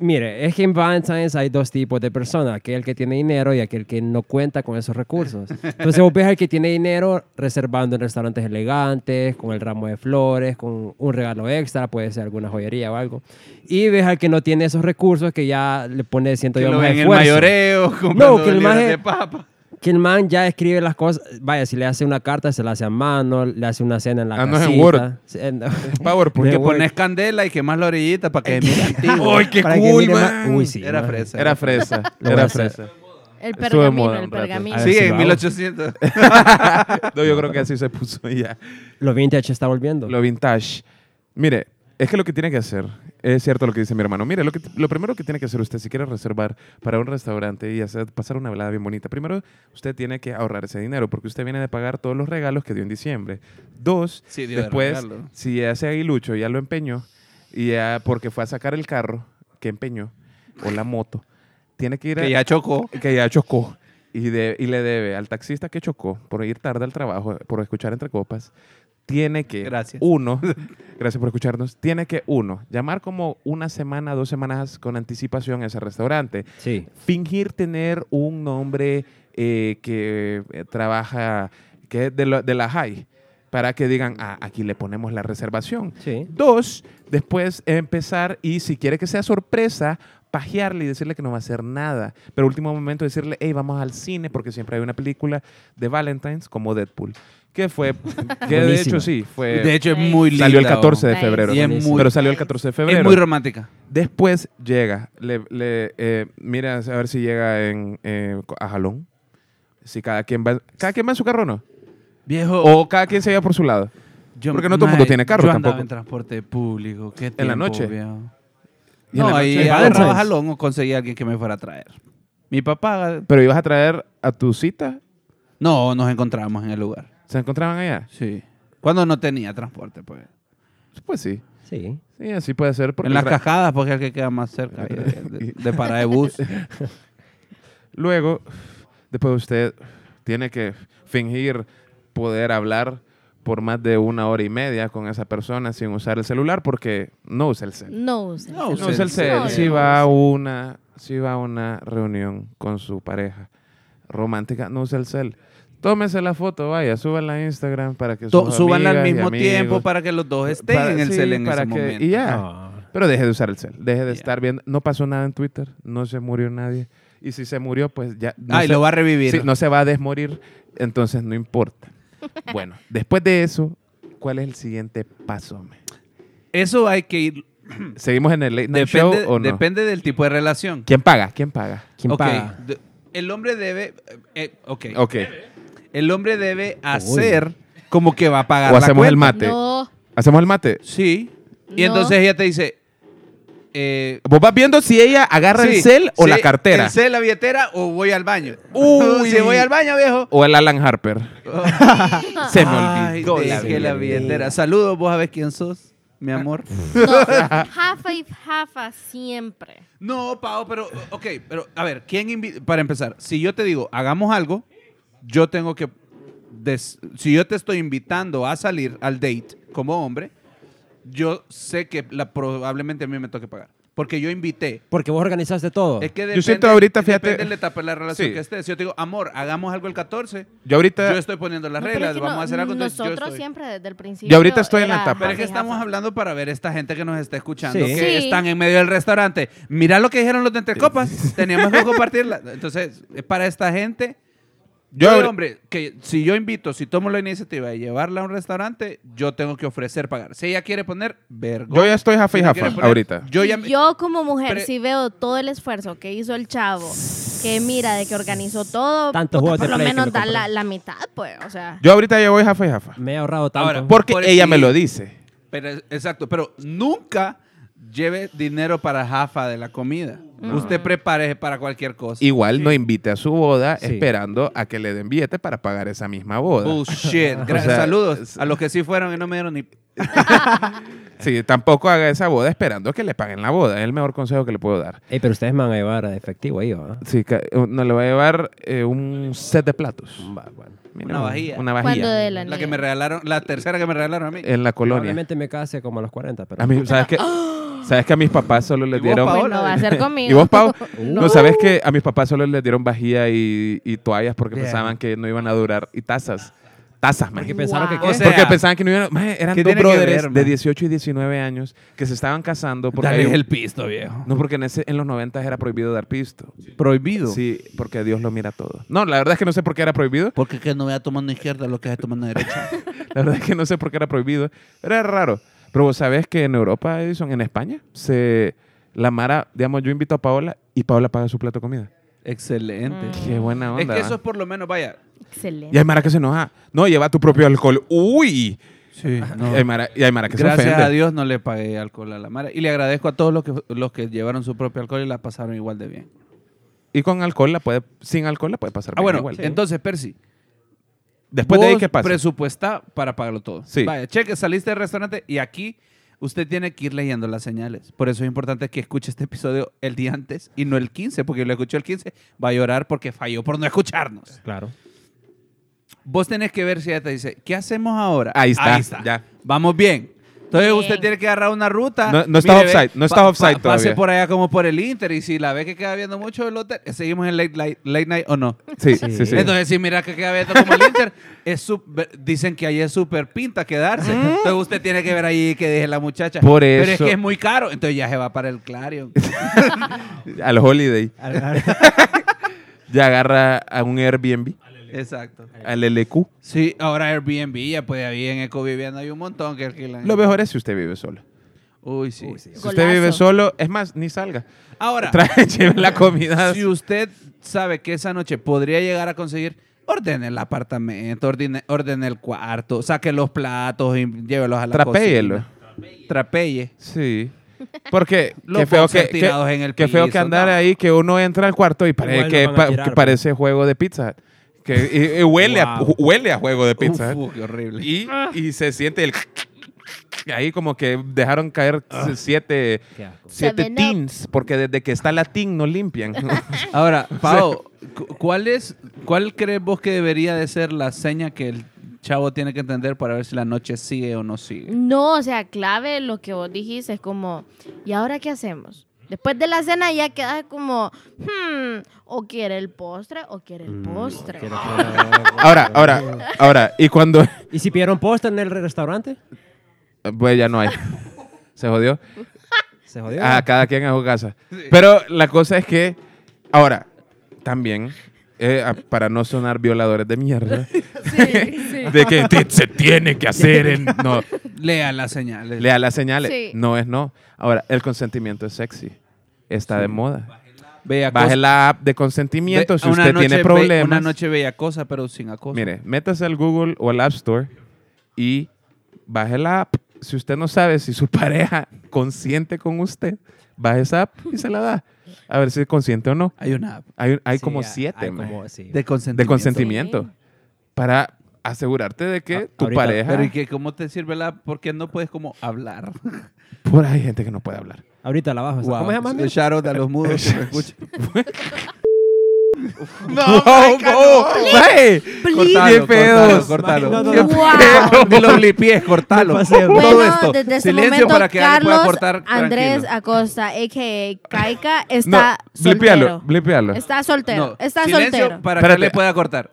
Mire, es que en Valentine's hay dos tipos de personas, aquel que tiene dinero y aquel que no cuenta con esos recursos. Entonces vos ves al que tiene dinero reservando en restaurantes elegantes, con el ramo de flores, con un regalo extra, puede ser alguna joyería o algo. Y ves al que no tiene esos recursos que ya le pone, siento Que yo, lo más ven en el esfuerzo. mayoreo, comprando que el libras maje- de papa. Que el man ya escribe las cosas, vaya, si le hace una carta, se la hace a mano, le hace una cena en la Ah, no es casita. en Word. Sí, en- PowerPoint. De Que Word. pones candela y quemas la orillita para que mire antiguo. ¡Ay, qué Para que cool, mire más- man! Uy, sí. Era man. fresa. Era fresa. Lo voy a Era hacer. fresa. El Estuvo de pergamino, moda Ah, el un rato. pergamino. A ver Sí, si en va. 1800. No, yo creo que así se puso ya. Lo vintage está volviendo. Lo vintage. Mire, es que lo que tiene que hacer, es cierto lo que dice mi hermano, mire, lo, que, lo primero que tiene que hacer usted si quiere reservar para un restaurante y hacer, pasar una velada bien bonita, primero usted tiene que ahorrar ese dinero porque usted viene de pagar todos los regalos que dio en diciembre. Dos, Sí, dio de después, regalo. si ya ese aguilucho ya lo empeñó, y ya porque fue a sacar el carro que empeñó, o la moto, tiene que ir a... que ya chocó. que ya chocó y, de- y le debe al taxista que chocó por ir tarde al trabajo, eh, por escuchar entre copas, tiene que, Gracias. uno, gracias por escucharnos, tiene que, uno, llamar como una semana, dos semanas con anticipación a ese restaurante, Sí. fingir tener un nombre eh, que eh, trabaja, que es de, lo- de la high, para que digan, ah, aquí le ponemos la reservación. Sí. Dos, después empezar y si quiere que sea sorpresa, pajearle y decirle que no va a hacer nada. Pero último momento decirle, hey, vamos al cine porque siempre hay una película de Valentine's como Deadpool. Que fue, que de Buenísima. hecho sí, fue... De hecho, es Nice. muy linda. salió el 14 de Nice. febrero. Y es muy- pero salió el 14 de oh. febrero. Es muy romántica. Después llega, le, le, eh, mira a ver si llega en, eh, a Jalón. Si cada quien va, cada quien va en su carro o no. Viejo. O cada quien se lleva por su lado. yo- porque no todo el mundo mae, tiene carro yo andaba tampoco. en transporte público. ¿Qué la tiempo, noche. viejo. Y en la No, noche- ahí En agarraba Valentine's. jalón o conseguía a alguien que me fuera a traer. Mi papá. Pero ibas a traer a tu cita. No, nos encontrábamos en el lugar. ¿Se encontraban allá? Sí. Cuando no tenía transporte, pues. Pues sí. Sí. Sí, así puede ser. porque en las ra- cajadas, porque es el que queda más cerca de, de- de parada de bus. Luego, después usted tiene que fingir poder hablar por más de una hora y media con esa persona sin usar el celular porque no usa el celular. No usen. No No es el Cel. cel. No, Si no. va a una, si va a una reunión con su pareja romántica, no usa el cel. Tómese la foto, vaya, súbanla a Instagram para que To- sus Súbanla al amigas y mismo amigos- tiempo para que los dos estén para- en el sí, cel en para ese que- momento. Y ya. Ah. Pero deje de usar el cel, deje de Ya. estar viendo. No pasó nada en Twitter, no se murió nadie. Y si se murió, pues ya. No Ay, se, lo va a revivir. sí, no se va a desmorir, entonces no importa. bueno, después de eso, ¿cuál es el siguiente paso? hombre? Eso hay que ir. ¿Seguimos en el late night Hmm. Depende, show o no? depende del tipo de relación. ¿Quién paga? ¿Quién paga? ¿Quién Ok, paga? de- el hombre debe. eh, ok. Ok. El hombre debe hacer como que va a pagar. O la hacemos el cuenta. mate. No, ¿Hacemos el mate? Sí. Y No. entonces ella te dice. eh, Vos vas viendo si ella agarra sí, el cel o sí, la cartera. El cel, la billetera o voy al baño. Uy. si voy al baño, viejo. O el Alan Harper. Se me Ay, olvidó. la dejé billetera. la Ah. billetera. Saludos, vos sabés quién sos, mi amor. no. Jafa y jafa siempre. No, Pau, pero, ok, pero, a ver, ¿quién invita? Para empezar, si yo te digo, hagamos algo, yo tengo que, des- si yo te estoy invitando a salir al date como hombre, yo sé que la, probablemente a mí me toque pagar, porque yo invité. Porque vos organizaste todo. Es que Yo depende, siento ahorita, fíjate- depende de la etapa de la relación Sí. que estés. Si yo te digo, amor, hagamos algo el 14, Yo ahorita. yo estoy poniendo las No, pero reglas, es que vamos no- a hacer algo. entonces yo Nosotros estoy- siempre desde el principio. Yo ahorita estoy en la era etapa. Pero es que jafa y estamos jafa. hablando para ver esta gente que nos está escuchando, Sí. que Sí. están en medio del restaurante. Mira lo que dijeron los de entre copas. Teníamos que compartirla. Entonces, es para esta gente. Yo Yo, abri- hombre, que si yo invito, si tomo la iniciativa de llevarla a un restaurante, yo tengo que ofrecer pagar. Si ella quiere poner, vergo. Yo ya estoy jafa y Si no jafa quiere poner, ahorita. Yo ya Y yo como mujer, Pero- si veo todo el esfuerzo que hizo el chavo, que mira, de que organizó todo, Tantos puta, juegos de por lo Play que menos me da compré. la, la mitad, pues, o sea. Yo ahorita ya voy jafa y jafa. Me he ahorrado tanto. Ahora, Porque Por ella sí. me lo dice. Pero, exacto, pero nunca lleve dinero para Jafa de la comida. Usted prepare para cualquier cosa. Igual no invite a su boda Sí. esperando a que le den billete para pagar esa misma boda. Bullshit. Gra- O sea, saludos a los que sí fueron y no me dieron ni... Sí, tampoco haga esa boda esperando que le paguen la boda. Es el mejor consejo que le puedo dar. Ey, pero ustedes me van a llevar a efectivo ahí, ¿va? Sí, ca- no le va a llevar eh, un set de platos. Va, bueno. Mira, Una vajilla. Una ¿Cuándo vajilla. de la, La que nieve? me regalaron, la tercera que me regalaron a mí. En la colonia. Probablemente me case como a los 40, pero... A mí, ¿sabes qué? ¿Sabes que a mis papás solo les ¿Y vos, dieron... Paola? Pues no va a ser conmigo. ¿Y vos, Pau? No. no. ¿sabes que A mis papás solo les dieron vajilla y, y toallas porque pensaban que no iban a durar. Y tazas. Tazas, man. Porque pensaron que... Wow. ¿qué? O sea, porque pensaban que no iban a... man, eran ¿qué dos tiene que brothers ver, man? de 18 y 19 años que se estaban casando porque... Dale había- el pisto, viejo. No, porque en, ese- en los 90 era prohibido dar pisto. Prohibido. Sí, porque Dios lo mira todo. No, la verdad es que no sé por qué era prohibido. Porque que no vea tomando izquierda lo que es tomando derecha. La verdad es que no sé por qué era prohibido. Era raro. Pero vos sabés que en Europa, Edison, en España, se... La Mara, digamos, yo invito a Paola y Paola paga su plato de comida. Excelente. Qué buena Es onda. que eso es ¿va? por lo menos, vaya. Excelente. Y hay Mara que se enoja. No, lleva tu propio alcohol. ¡Uy! Sí, Y hay Mara, y hay Mara que se Gracias ofende. a Dios no le pagué alcohol a la Mara. Y le agradezco a todos los que, los que llevaron su propio alcohol y la pasaron igual de bien. Y con alcohol la puede... Sin alcohol la puede pasar Ah, bien bueno, igual. entonces, Percy. Después de ahí, vos ¿qué pasa? presupuesta para pagarlo todo. Sí. Vaya, cheque, saliste del restaurante y aquí usted tiene que ir leyendo las señales. Por eso es importante que escuche este episodio el día antes y no el 15, porque lo escuchó el 15, va a llorar porque falló por no escucharnos. Claro. Vos tenés que ver si ella te dice, ¿qué hacemos ahora? Ahí está, ya. Vamos bien. Entonces Bien. usted tiene que agarrar una ruta. No- no está Mire, ve, offside, no está offside Pase todavía. por allá como por el Inter y si la ve que queda viendo mucho el hotel, seguimos en late, light- late night o no. Sí, Sí. sí, sí. Entonces, si mira que queda abierto como el Inter, es sup- ve- dicen que ahí es súper pinta quedarse. Entonces, usted tiene que ver ahí que deje la muchacha. Mm. Por Pero es eso- que es muy caro. Entonces, ya se va para el Clarion. a los Holiday. Ya agarra a un Airbnb, Exacto. al LQ. Sí, ahora Airbnb ya puede haber en Ecovivienda. Hay un montón que alquilan. Lo mejor es si usted vive solo. Uy, sí. Uy, sí. Si usted vive solo, es más, ni salga. Ahora, Trae, lleve la comida. si usted sabe que esa noche podría llegar a conseguir, ordene el apartamento, ordene, ordene el cuarto, saque los platos y llévelos a la Trapéyelo. cocina. Trapeye. Sí. Porque Los qué feo boxers que, que- tirados en el qué feo que piso, andar no. ahí, que uno entra al cuarto y pare- Igual lo que, van a pa- tirar, que pues. parece juego de pizza. Hut. Que, y- y huele, a, Wow. huele a juego de pizza. Hut. Uf, qué horrible. y, y se siente el... Ahí como que dejaron caer Ah. siete, Qué asco. siete Seven Up. teens, porque desde que está la teen no limpian. Ahora, Pau, cu- ¿cuál es, cuál crees vos que debería de ser la seña que el chavo tiene que entender para ver si la noche sigue o no sigue? No, o sea, clave lo que vos dijiste es como, ¿y ahora qué hacemos? Después de la cena ya quedas como, hmm, o quiere el postre o quiere Mm. el postre. Quiero que- ahora, ahora, ahora. Y cuando... ¿Y si pidieron postre en el restaurante? Pues ya no hay. Se jodió. Se jodió. A Ah, cada quien a su casa. Pero la cosa es que, ahora, también, eh, a- para no sonar violadores de mierda, de que ti- se tiene que hacer en... No, Lea eh. las señales. lea las señales. Sí. No es no. Ahora, el consentimiento es sexy. Está de moda. Bella cosa- Baje la app de Ve- consentimiento si una usted noche tiene be- problemas. Una noche bella cosa, pero sin acoso. Mire, métase al Google o al App Store y baje la app. Si usted no sabe si su pareja consiente con usted, baje esa app y se la da. A ver si es consciente o no. Hay una app Hay, hay Sí, como hay- siete hay man, como- sí. de consentimiento. de consentimiento para asegurarte de que A- tu ahorita- pareja... Ah, Pero ¿y qué, cómo te sirve la app? Porque no puedes como hablar. Por ahí hay gente que no puede hablar. Ahorita la bajo. Wow. ¿Cómo se llama? El mira? shout-out a los mudos que me escuchan. ¡No, ¡Mae! Cortalo, ¡Qué pedos! cortalo, cortalo. No, no, Qué no. Wow. pedo, Ni los limpies, cortalo. No pasé. Todo Bueno, esto. desde ese Silencio momento, para que alguien Carlos pueda cortar. Andrés tranquilo. Acosta, a.k.a. Caica, No, está blipealo, soltero. blipealo. Está soltero, No, está silencio soltero. para Espérate. que le pueda cortar.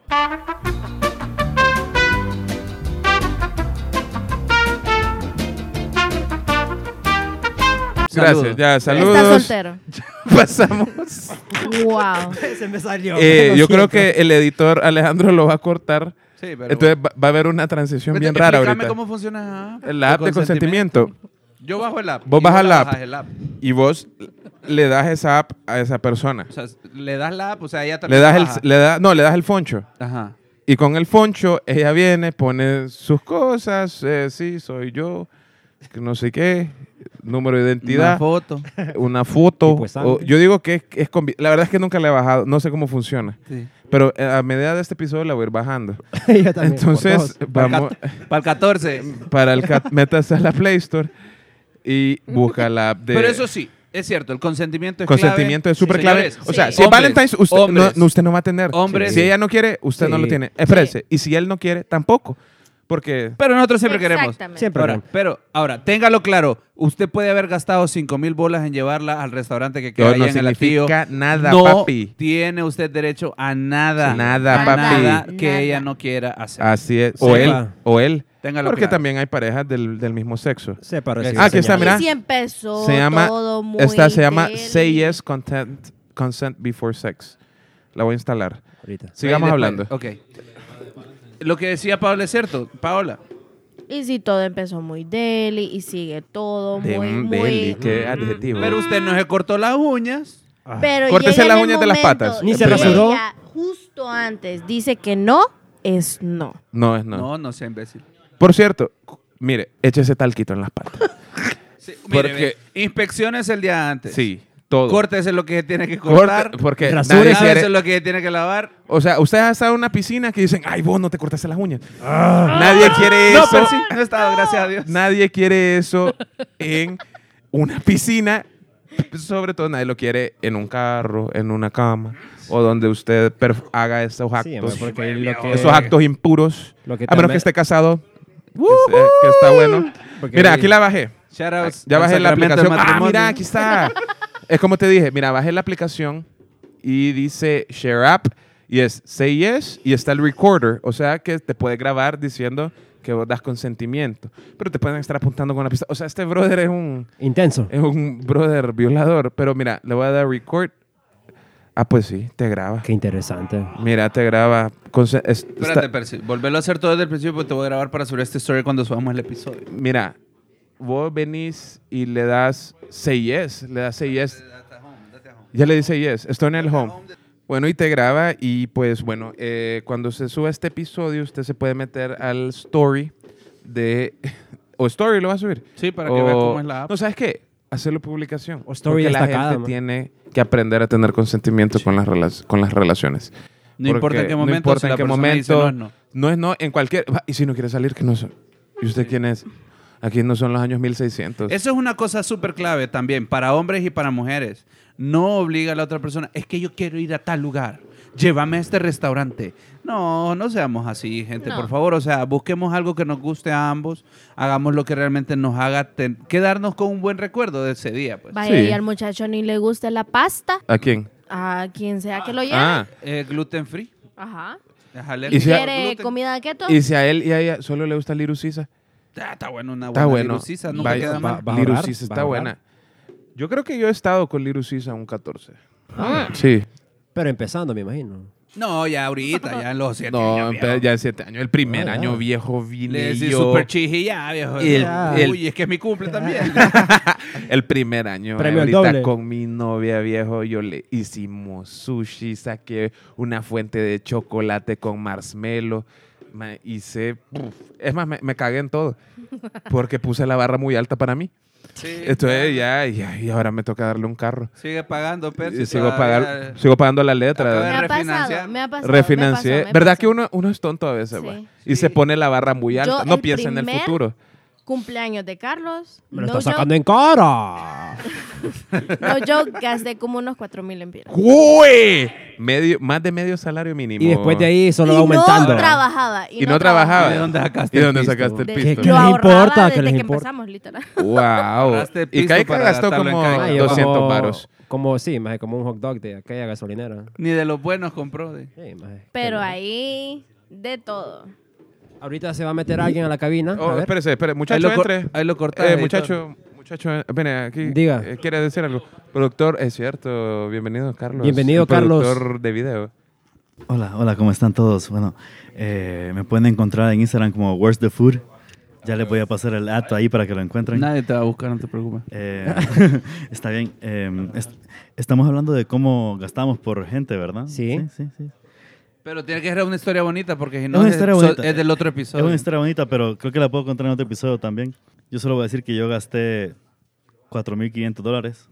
Gracias, ya, saludos. Está soltero. Pasamos... Wow. Se me salió. Eh, Lo yo creo siento. que el editor Alejandro lo va a cortar. Sí, pero Entonces va, va a haber una transición Vete, bien rara explícame ahorita. cómo funciona ajá, La app de consentimiento. Yo bajo el app. Vos y bajas la la app. bajas el app. Y vos le das esa app a esa persona. O sea, le das la app, o sea, ella Le también das baja. el, le da- no, le das el foncho. Ajá. Y con el foncho ella viene, pone sus cosas. eh, sí, soy yo. que no sé qué, número de Una identidad, foto. una foto. Y pues, o- sangre. yo digo que es, es combi- la verdad es que nunca la he bajado, no sé cómo funciona, Sí. pero eh, a medida de este episodio la voy a ir bajando. Yo también, por Entonces, eh, dos. vamos Para el 14. para el cat- métase a la Play Store y busca la app de Pero eso sí, es cierto, el consentimiento es consentimiento clave. es súper clave. Señores, O sea, sí. si es hombres, Valentine's, usted, no- hombres. no, usted no va a tener. Hombres. Si ella no quiere, usted no Sí. lo tiene. Espérese. Y si él no quiere, tampoco. Porque Pero nosotros siempre queremos. Exactamente. Siempre. Ahora, pero ahora, téngalo claro, usted puede haber gastado 5 mil bolas en llevarla al restaurante que no, queda ahí no en el atillo. significa nada, no papi. tiene usted derecho a nada. Nada, a papi. Ah, nada que Nada. ella no quiera hacer. Así es. Sí, O él. va. O él. Téngalo Porque claro. también hay parejas del, del mismo sexo. Separo, sí, Ah, aquí está, señor. mira. Y si empezó se llama. todo muy Esta se llama del- Say Yes Consent, Consent Before Sex. La voy a instalar. Ahorita. Sigamos Ahí hablando. después, Ok. Lo que decía Paola es cierto. Paola, Y si todo empezó muy deli y sigue todo De muy, un muy... deli, qué adjetivo. pero usted no se cortó las uñas. Ah. Pero Córtese llega las en el uñas de las momento patas. Ni y se rasuró. ella Justo antes dice que no, es no. No, es no. No, no sea imbécil. Por cierto, cu- mire, échese talquito en las patas. Sí, mire, Porque- ve, inspecciones el día antes. Sí, todo. Córtese lo que se tiene que Corte, cortar. porque Rasúrese. nadie quiere- Lávese lo que se tiene que lavar. O sea, ustedes han estado en una piscina que dicen, ay, vos no te cortaste las uñas. Nadie quiere Ah. No, eso. pero sí, no he estado, gracias a Dios. Nadie quiere eso en una piscina. Sobre todo nadie lo quiere en un carro, en una cama, o donde usted perf- haga esos Sí, actos, hombre, porque lo que- esos actos impuros, Lo que a menos también- que esté casado, que, sea- que está bueno. Porque- Mira, aquí la bajé. Shoutouts Ah, Ya al bajé la sacramento del aplicación. Ah, matrimonio. mira, aquí está. es como te dije, mira, bajé la aplicación y dice Share App y es Say Yes y está el recorder. O sea que te puede grabar diciendo que vos das consentimiento. Pero te pueden estar apuntando con la pista. O sea, este brother es un, Intenso. es un brother violador. Pero mira, le voy a dar record. Ah, pues sí, te graba. Qué interesante. Mira, te graba. Conse- es- está- Espérate, Percy. Volverlo a hacer todo desde el principio porque te voy a grabar para subir este story cuando subamos el episodio. mira, vos venís y le das Say Yes. Le das Say Yes. Ya le dice yes, estoy en el home. Bueno, y te graba y pues bueno, eh, cuando se suba este episodio, usted se puede meter al story de... o story lo va a subir. Sí, para que vea O- cómo es la app. No, ¿sabes qué? Hacerlo publicación. O story porque la destacada, gente ¿no? tiene que aprender a tener consentimiento con las, relac- con las relaciones. No importa en Porque qué momento. No importa si en la qué persona dice momento. no, es no. No es no, en cualquier... va, Y si no quiere salir, que no son. ¿Y usted quién es? Aquí no son los años 1600. Eso es una cosa súper clave también para hombres y para mujeres. No obliga a la otra persona. Es que yo quiero ir a tal lugar. Llévame a este restaurante. No, no seamos así, gente, No. por favor. O sea, busquemos algo que nos guste a ambos. Hagamos lo que realmente nos haga ten- quedarnos con un buen recuerdo de ese día. Pues. Vaya, Sí. y al muchacho ni le gusta la pasta, ¿A quién? a quien sea que lo lleve. Ah, Eh, gluten free. Ajá. Es alérgico si a- al ¿Quiere gluten. comida keto? y si a él y a ella solo le gusta el Irusisa. Ah, está bueno una buena Está bueno. virusiza, nunca Vaya- queda va- mal. va a Little orar, Sis va está a orar. buena. Yo creo que yo he estado con Little Sis a un 14. Ah. Sí. Pero empezando, me imagino. No, ya ahorita, ya en los siete No, años, viejo. empe- ya en 7 años. El primer Ah, ya. año viejo vine Le decís yo. super chiji ya, viejo. El- Ya. el- Uy, es que es mi cumple también. El primer año. Premio al ahorita doble. con mi novia viejo yo le hicimos sushi, saqué una fuente de chocolate con marshmallow. ma- hice... puf, Es más, me, me cagué en todo. Porque puse la barra muy alta para mí. Sí, Entonces ya, ya- y ahora me toca darle un carro. Sigue pagando, Percy. Y sigo, todavía. pagar, sigo pagando la letra. me, Acabé ha refinanciar. pasado, me ha pasado. refinancié. me ha pasado, me ha ¿Verdad pasado. que uno, uno es tonto a veces, Sí. va? Y se pone la barra muy alta. Yo no el piensa en el primer- futuro. Cumpleaños de Carlos. Me lo no, está sacando en cara. joke, no joke, gasté como unos 4 mil en piedra. ¡Uy! Medio, más de medio salario mínimo. Y después de ahí solo y va aumentando. no trabajaba. Y, no, trabajaba. ¿Y de dónde sacaste ¿Y de el dónde pisto? sacaste el De- pisto? ¿Qué Yo les ahorraba importa? ¿Qué desde les que importa? empezamos, literal. ¡Wow! Gastaste Y pisto Caica para gastó gastarlo en como Caica. Ah, yo 200 como- paros. Como, sí, maje, como un hot dog de aquella gasolinera. Ni de los buenos compró. de- Sí, maje, Pero qué ahí, de todo. Ahorita se va a meter alguien a la cabina. Oh, a ver. espérese, espérese. Ahí Muchacho, lo, cor- entre. ahí lo cortas, Eh, editor. muchacho, muchacho, eh, ven aquí. Diga. Eh, ¿Quiere decir algo? Productor, es cierto. Bienvenido, Carlos. Bienvenido, el Carlos. Productor de video. Hola, hola, ¿cómo están todos? Bueno, eh, me pueden encontrar en Instagram como Where's the Food. Ya les voy a pasar el dato ahí para que lo encuentren. Nadie te va a buscar, no te preocupes. Eh, está bien. eh, est- estamos hablando de cómo gastamos por gente, ¿verdad? Sí. sí, sí. Pero tiene que ser una historia bonita porque si no una es, historia so- bonita. es del otro Es episodio. una historia bonita, pero creo que la puedo contar en otro episodio también. Yo solo voy a decir que yo gasté 4.500 dólares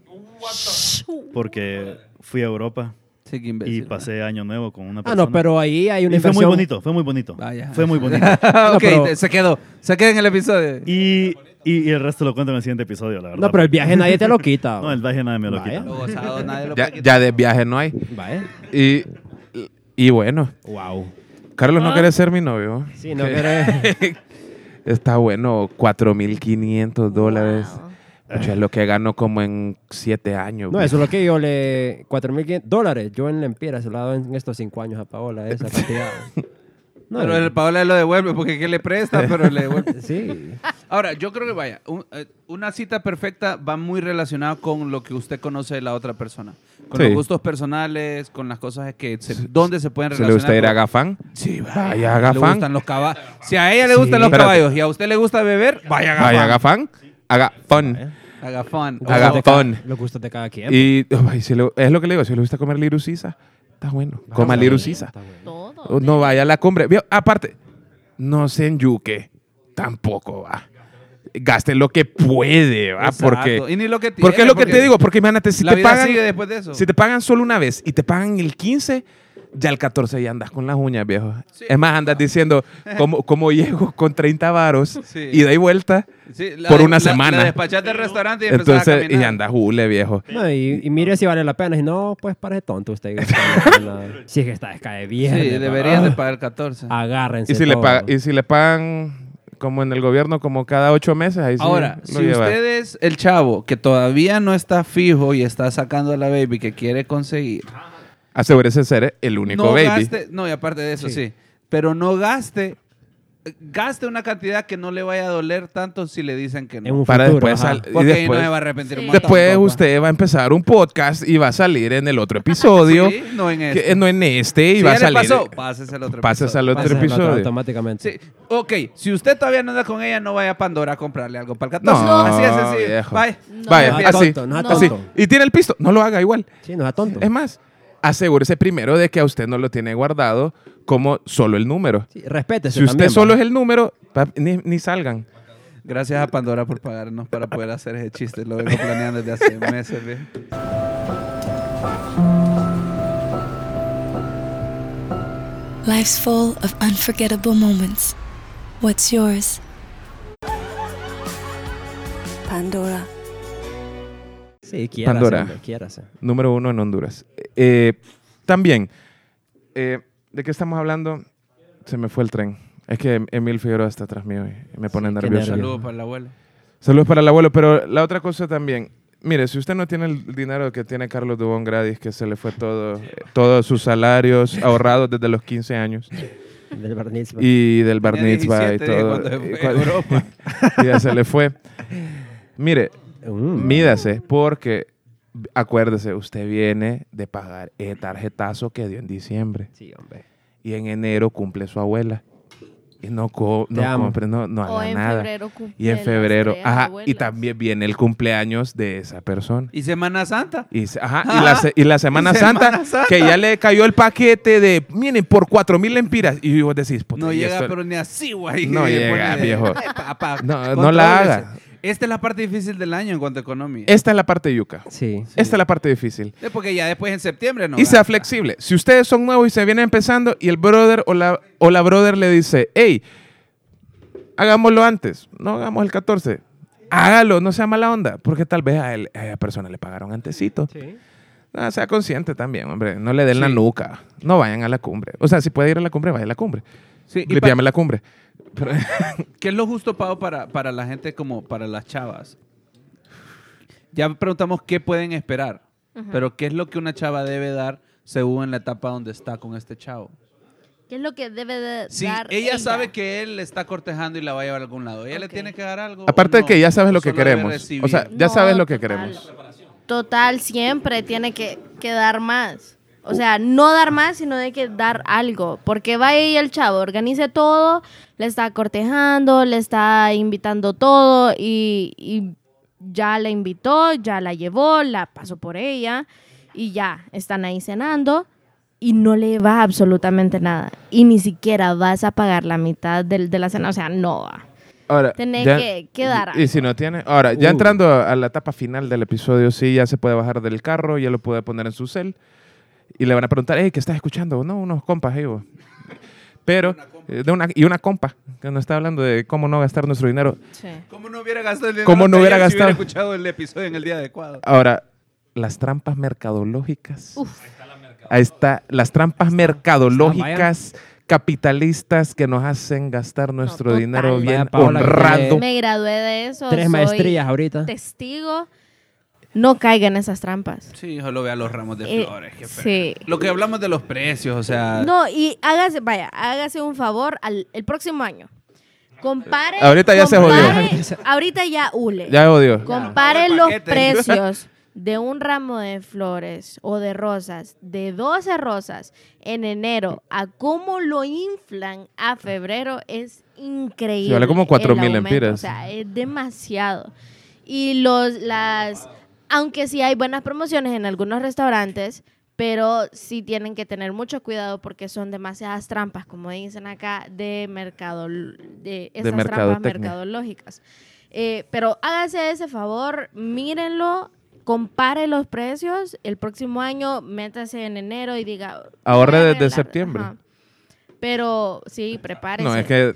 porque fui a Europa Sí, qué y imbécil. pasé año nuevo con una Ah, persona. no, pero ahí hay una Y fue muy inversión. bonito, fue muy bonito. Vaya. Fue muy bonito. Ah, No, ok, pero- te- se quedó. Se queda en el episodio. Y, y, y el resto lo cuento en el siguiente episodio, la verdad. No, pero el viaje nadie te lo quita. No, el viaje nadie me lo Vaya. quita. Lo gozado, nadie lo Ya, puede ya de viaje no hay. Vaya. Y, y bueno, Wow. Carlos no quiere ser mi novio. Ah. Sí, no eh, Que querés. Está bueno, 4.500 dólares. Pucha, es lo que gano como en 7 años. No, güey. eso es lo que yo le... 4.500 dólares. Yo en la empira se lo he dado en estos cinco años a Paola, esa cantidad. No, Pero el Paola lo devuelve porque que le presta, pero le devuelve. Sí. Ahora, yo creo que vaya, un- eh, una cita perfecta va muy relacionada con lo que usted conoce de la otra persona. Con Sí. los gustos personales, con las cosas que... se- ¿Dónde se pueden ¿Se relacionar? le gusta ir a con- Gafán? Sí, vaya. Vaya, Le Gafán. gustan los caballos. Si a ella le gustan los Espérate. caballos y a usted le gusta beber, vaya a Gafán. Vaya, Gafán. Haga fun. A Gafán. Los O- Haga gustos de cada- fun. Los gustos de cada quien. Y ay, si le- es lo que le digo, si le gusta comer liruciza, está bueno. Coma liruciza. Está bueno. Todo. O No vaya a la cumbre. Vio, Aparte, no se enyuque. Tampoco va. Gaste lo que puede, ¿va? Exacto. Porque, Y ni lo que Ah, porque es tiene, lo que te digo. Porque imagínate, si la te vida pagan... sigue después de eso. Si te pagan solo una vez y te pagan el 15, ya el 14 ya andas con las uñas, viejo. es más, andas diciendo, ¿cómo, cómo llego con 30 varos Sí. y y vuelta? Sí, la- por una la- semana. La despachaste al restaurante y empezaste a Entonces, caminar. y andas jule, viejo. No, y, y mire si vale la pena. Si no, pues parece tonto usted. si es que está descae bien. Sí, deberías de pagar el 14. Agárrense. Y si, le todos. paga- y si le pagan como en el gobierno, como cada ocho meses, ahí sí Ahora, lo si lleva. usted es el chavo que todavía no está fijo y está sacando a la baby que quiere conseguir, Asegúrese de ser el único no baby. gaste, no, y aparte de eso, sí. pero no gaste, gaste una cantidad que no le vaya a doler tanto si le dicen que no. En un Para futuro, después ajá. sal- Porque y ahí no después- se va a arrepentir Sí. un montón, Después papá. usted va a empezar un podcast y va a salir en el otro episodio. Sí, no en que- este. no en este y Si va a ya le salir. pasó, pásese al otro Pásese al episodio. otro Pasa el otro episodio. automáticamente. Sí, ok, si usted todavía no anda con ella, no vaya a Pandora a comprarle algo para el 14. No, así es, así viejo. Bye. No. Vaya, No es así, tonto, no es así. tonto. Y tiene el pisto, no lo haga igual. Sí, no es tonto. Es más, asegúrese primero de que a usted no lo tiene guardado como solo el número. Sí, respétese Si usted también, solo va. es el número, pa- ni, ni salgan. Gracias a Pandora por pagarnos para poder hacer ese chiste. Lo vengo planeando desde hace meses. viejo. Life's full of unforgettable moments. What's yours? Pandora. Sí, quiérase, Pandora. hombre, quiérase. Número uno en Honduras. Eh, también, eh, ¿de qué estamos hablando? Se me fue el tren. Es que Emil Figueroa está atrás mío y me pone Sí, qué nervioso. nervio. Saludos para el abuelo. Saludos para el abuelo, pero la otra cosa también. Mire, si usted no tiene el dinero que tiene Carlos Dubón Gradis, que se le fue todo, eh, todos sus salarios ahorrados desde los 15 años, Del barniz. va. y del Tenía barniz va, y 17 todo. cuando se fue Y a cuando- Europa. y ya se le fue. Mire, Mm. mídase, porque acuérdese, usted viene de pagar el tarjetazo que dio en diciembre Sí, hombre. y en enero cumple su abuela. Y no, co- Te no amo. compre, no, no O haga en nada. febrero y en cumple febrero, las tres ajá, y abuelas. también viene el cumpleaños de esa persona. ¿Y Semana Santa? Y, se- ajá, y la, se- y la Semana, Semana Santa, Santa. que ya le cayó el paquete de, miren, por cuatro mil empiras. Y vos decís, puta, No y llega, esto- pero ni así, güey. No Pone- llega, viejo. Ay, papá, No, no la haga. contrólese. Esta es la parte difícil del año en cuanto a economía. Esta es la parte de yuca. Sí. Esta es la parte difícil. Sí, Porque ya después en septiembre no. Ah, y sea gasta. flexible. Si ustedes son nuevos y se vienen empezando y el brother o la, o la brother le dice, hey, hagámoslo antes, no hagamos el 14. Hágalo, no sea mala onda, porque tal vez a, él- a esa persona le pagaron antecito. Sí. Ah, sea consciente también, hombre. No le den la Sí. nuca. No vayan a la cumbre. O sea, si puede ir a la cumbre, vaya a la cumbre. Sí, y Le pa- llame la cumbre. Pero- ah, ¿Qué es lo justo pago para, para la gente como para las chavas? Ya preguntamos qué pueden esperar, pero ¿qué es lo que una chava debe dar según la etapa donde está con este chavo? ¿Qué es lo que debe de Si dar ella, sabe que él le está cortejando y la va a llevar a algún lado, ¿ella le Ok. tiene que dar algo? Aparte o de que no? ya sabes ¿O lo que solo debe queremos. recibir? O sea, ya No, sabes lo que total. queremos. Total, siempre tiene que, que dar más. O sea, no dar más, sino de que dar algo. Porque va ahí el chavo, organice todo, le está cortejando, le está invitando todo y, y ya la invitó, ya la llevó, la pasó por ella y ya están ahí cenando y no le va absolutamente nada. Y ni siquiera vas a pagar la mitad del- de la cena. O sea, no va. Ahora, Tenés ya- que, que dar Y, y algo. si no tiene. Ahora, ya Uh. entrando a a la etapa final del episodio, sí, ya se puede bajar del carro, ya lo puede poner en su cel. Y le van a preguntar, hey, ¿qué estás escuchando? No, unos compas, hey, vos". Pero, eh, de una, y una compa, que nos está hablando de cómo no gastar nuestro dinero. Sí. ¿Cómo no hubiera gastado el dinero? ¿Cómo no de hubiera ayer si gastado? escuchado el episodio en el día adecuado. Ahora, las trampas mercadológicas. Uf. Ahí está, las trampas mercadológicas capitalistas que nos hacen gastar nuestro total. dinero Vaya, bien Paola, que honrado. Me gradué de eso. Tres soy maestrías ahorita. Testigo. No caigan en esas trampas. Sí, yo lo veo a los ramos de Eh, flores. qué feo. sí. Lo que hablamos de los precios, o Ah. sea. No, y hágase, vaya, hágase un favor al, el próximo año. Compare. Ahorita ya se jodió. compare- Ahorita ya hule. Ya oh, odio. Compare Todo el los paquete. precios de un ramo de flores o de rosas, de 12 rosas en enero, a cómo lo inflan a febrero, es increíble. Sí, vale como el 4.000 aumento, lempiras. O sea, es demasiado. Y los, las, aunque sí hay buenas promociones en algunos restaurantes, pero sí tienen que tener mucho cuidado porque son demasiadas trampas, como dicen acá, de mercado, de esas trampas mercadotecnia. mercadológicas. Eh, pero hágase ese favor, mírenlo, compare los precios. El próximo año, métase en enero y diga. Ahorre voy a desde arreglar. septiembre. Pero sí, prepárese. No, es que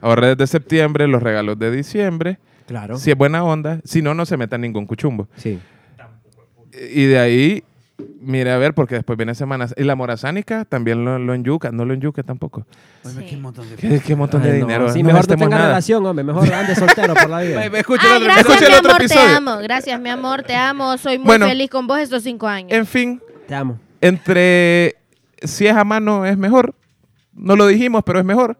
ahorré desde septiembre los regalos de diciembre. Claro. Si es buena onda, si no, no se meta en ningún cuchumbo. Sí. Y de ahí, mire a ver, porque después viene semanas. Y la morazánica también lo, lo enyuca, no lo enyuca tampoco. Sí. Qué, qué montón de Ay, no, dinero. Sí, no mejor no gastemos tenga nada. relación, hombre. Mejor ande soltero por la vida. Ve- ve, escucha el Ay, otro Ah, gracias, Escuchen mi el otro amor, te episodio. amo. Gracias, mi amor, te amo. Soy muy Bueno. feliz con vos estos cinco años. En fin, Te amo. entre si es a mano es mejor. No lo dijimos, pero es mejor.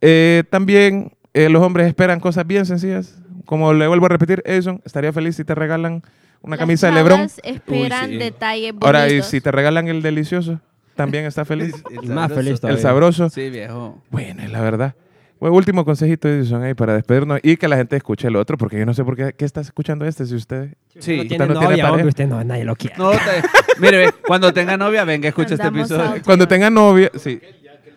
Eh, también eh, los hombres esperan cosas bien sencillas. Como le vuelvo a repetir, Edison, estaría feliz si te regalan una Las camisa de Lebron. chavas esperan Uy, sí. detalles bonitos. Ahora, y si te regalan el delicioso, también está feliz. Y más feliz el todavía. sabroso. Sí, viejo. Bueno, es la verdad. Bueno, último consejito, Edison, ahí para despedirnos y que la gente escuche el otro, porque yo no sé por qué, ¿qué estás escuchando este si usted... No Sí. no tiene tiene novia, pareja. hombre. Usted no, nadie lo quiere. No, te- mire, ve, cuando tenga novia, venga, escucha este Andamos episodio. out. Cuando tenga novia, sí.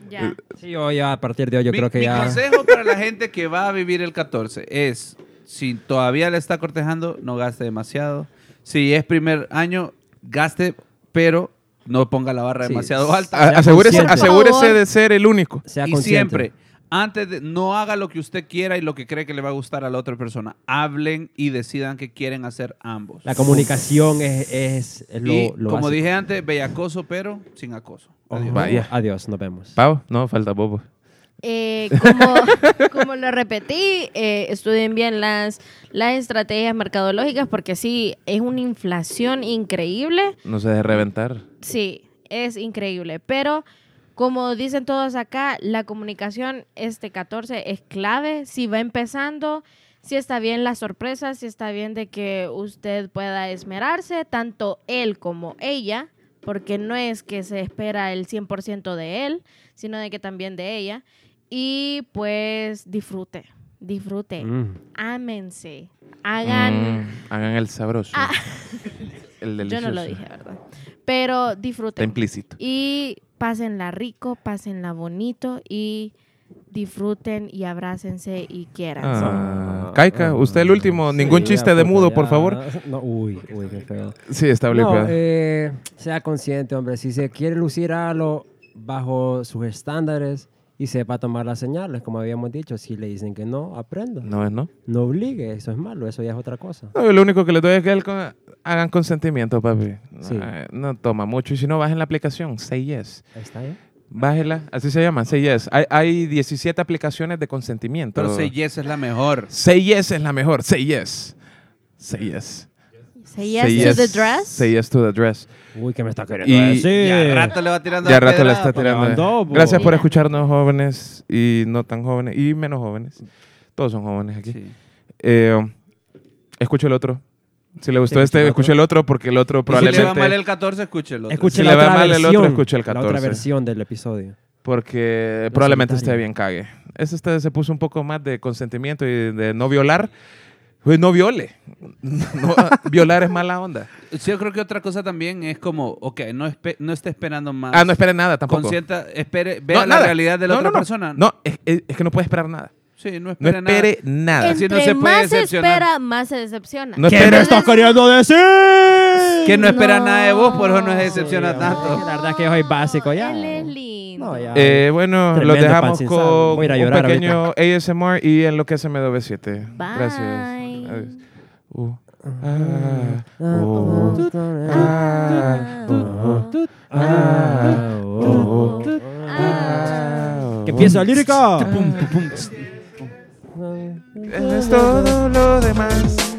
Ya. Sí, yo ya a partir de hoy yo mi, creo que mi ya... consejo para la gente que va a vivir el 14 es, si todavía le está cortejando, no gaste demasiado. Si es primer año, gaste, pero no ponga la barra Sí, demasiado s- alta. A- Sea asegúrese consciente. asegúrese de ser el único. Sea y consciente. siempre, antes de, no haga lo que usted quiera y lo que cree que le va a gustar a la otra persona. Hablen y decidan qué quieren hacer ambos. La comunicación es, es, es lo, y, lo como básico. dije antes, bellacoso, pero sin acoso. Ojo, Adiós. Vaya. Adiós, nos vemos. Pavo, no, falta Bobo. Eh, como, como lo repetí, eh, estudien bien las, las estrategias mercadológicas porque sí, es una inflación increíble. No se deje reventar. Sí, es increíble. Pero como dicen todos acá, la comunicación este 14 es clave. Si va empezando, si está bien la sorpresa, si está bien de que usted pueda esmerarse, tanto él como ella, porque no es que se espera el 100% de él, sino de que también de ella. Y pues disfrute, disfrute, Mm. ámense, hagan... Mm, hagan el sabroso. Ah. El Yo delicioso. no lo dije, ¿verdad? Pero Está disfruten. implícito. Y pásenla rico, pásenla bonito y disfruten y abrácense y quieran. Ah, Kaika, Ah, usted el último. sí, Ningún ya, chiste de puta, mudo, ya. por favor. No, uy, uy, qué feo. Sí, está pues. No, blipeado. eh, sea consciente, hombre. Si se quiere lucir algo bajo sus estándares y sepa tomar las señales, como habíamos dicho, si le dicen que no, aprenda. No, No es, ¿no? obligue, eso es malo, eso ya es otra cosa. No, yo lo único que les doy es que el con- hagan consentimiento, papi. Sí. Ah, No toma mucho. Y si no, bajen la aplicación, Say Yes. Ahí está ya. Bájela, así se llama, Say Yes. Hay, hay 17 aplicaciones de consentimiento. Pero Say Yes es la mejor. Say Yes es la mejor, Say Yes. Say Yes. Say yes to the dress. Say Yes to the dress. Uy, que me está queriendo Y- decir. Ya al rato le va tirando Ya la al rato la pedrada, está pa- tirando. eh. Levantó, po. Gracias por Mira. escucharnos, jóvenes y no tan jóvenes, y menos jóvenes. Todos son jóvenes aquí. Sí. Eh, escucho el otro. Si le gustó escucho el este, otro. escucho el otro porque el otro Y Si le va probablemente. mal el 14, escúchelo. Escuche Si la le va otra mal el otro, versión, escuche el La 14. otra versión del episodio. porque probablemente esté solitario. bien cague. Este, este se puso un poco más de consentimiento y de no violar. Pues no viole. No, violar es mala onda. Sí, yo creo que otra cosa también es como, ok, no, espe- no esté esperando más. Ah, no espere nada tampoco. Consienta, espere, No, vea la nada. realidad de la No, otra no, no. persona. No, es, es- es que no puede esperar nada. Sí, no No espere, espere nada. Así Entre no se puede más se decepcionar. espera, más se decepciona. No No, ¿Qué me Entonces- estás queriendo decir? nada. Que no espera No. nada de vos, por eso no se decepciona Sí, tanto. La verdad que yo soy básico, ya. Él es lindo. No, ya. Eh, bueno, Tremendo los pan dejamos sin con sal. Voy a ir a un llorar pequeño ASMR y en lo que se me debe 7. Bye. Gracias. Adiós. Uh, ah, Ah, oh, oh, ah, oh, ah, oh, ah, oh. Que empieza la Este lírica. Eso Es todo lo demás.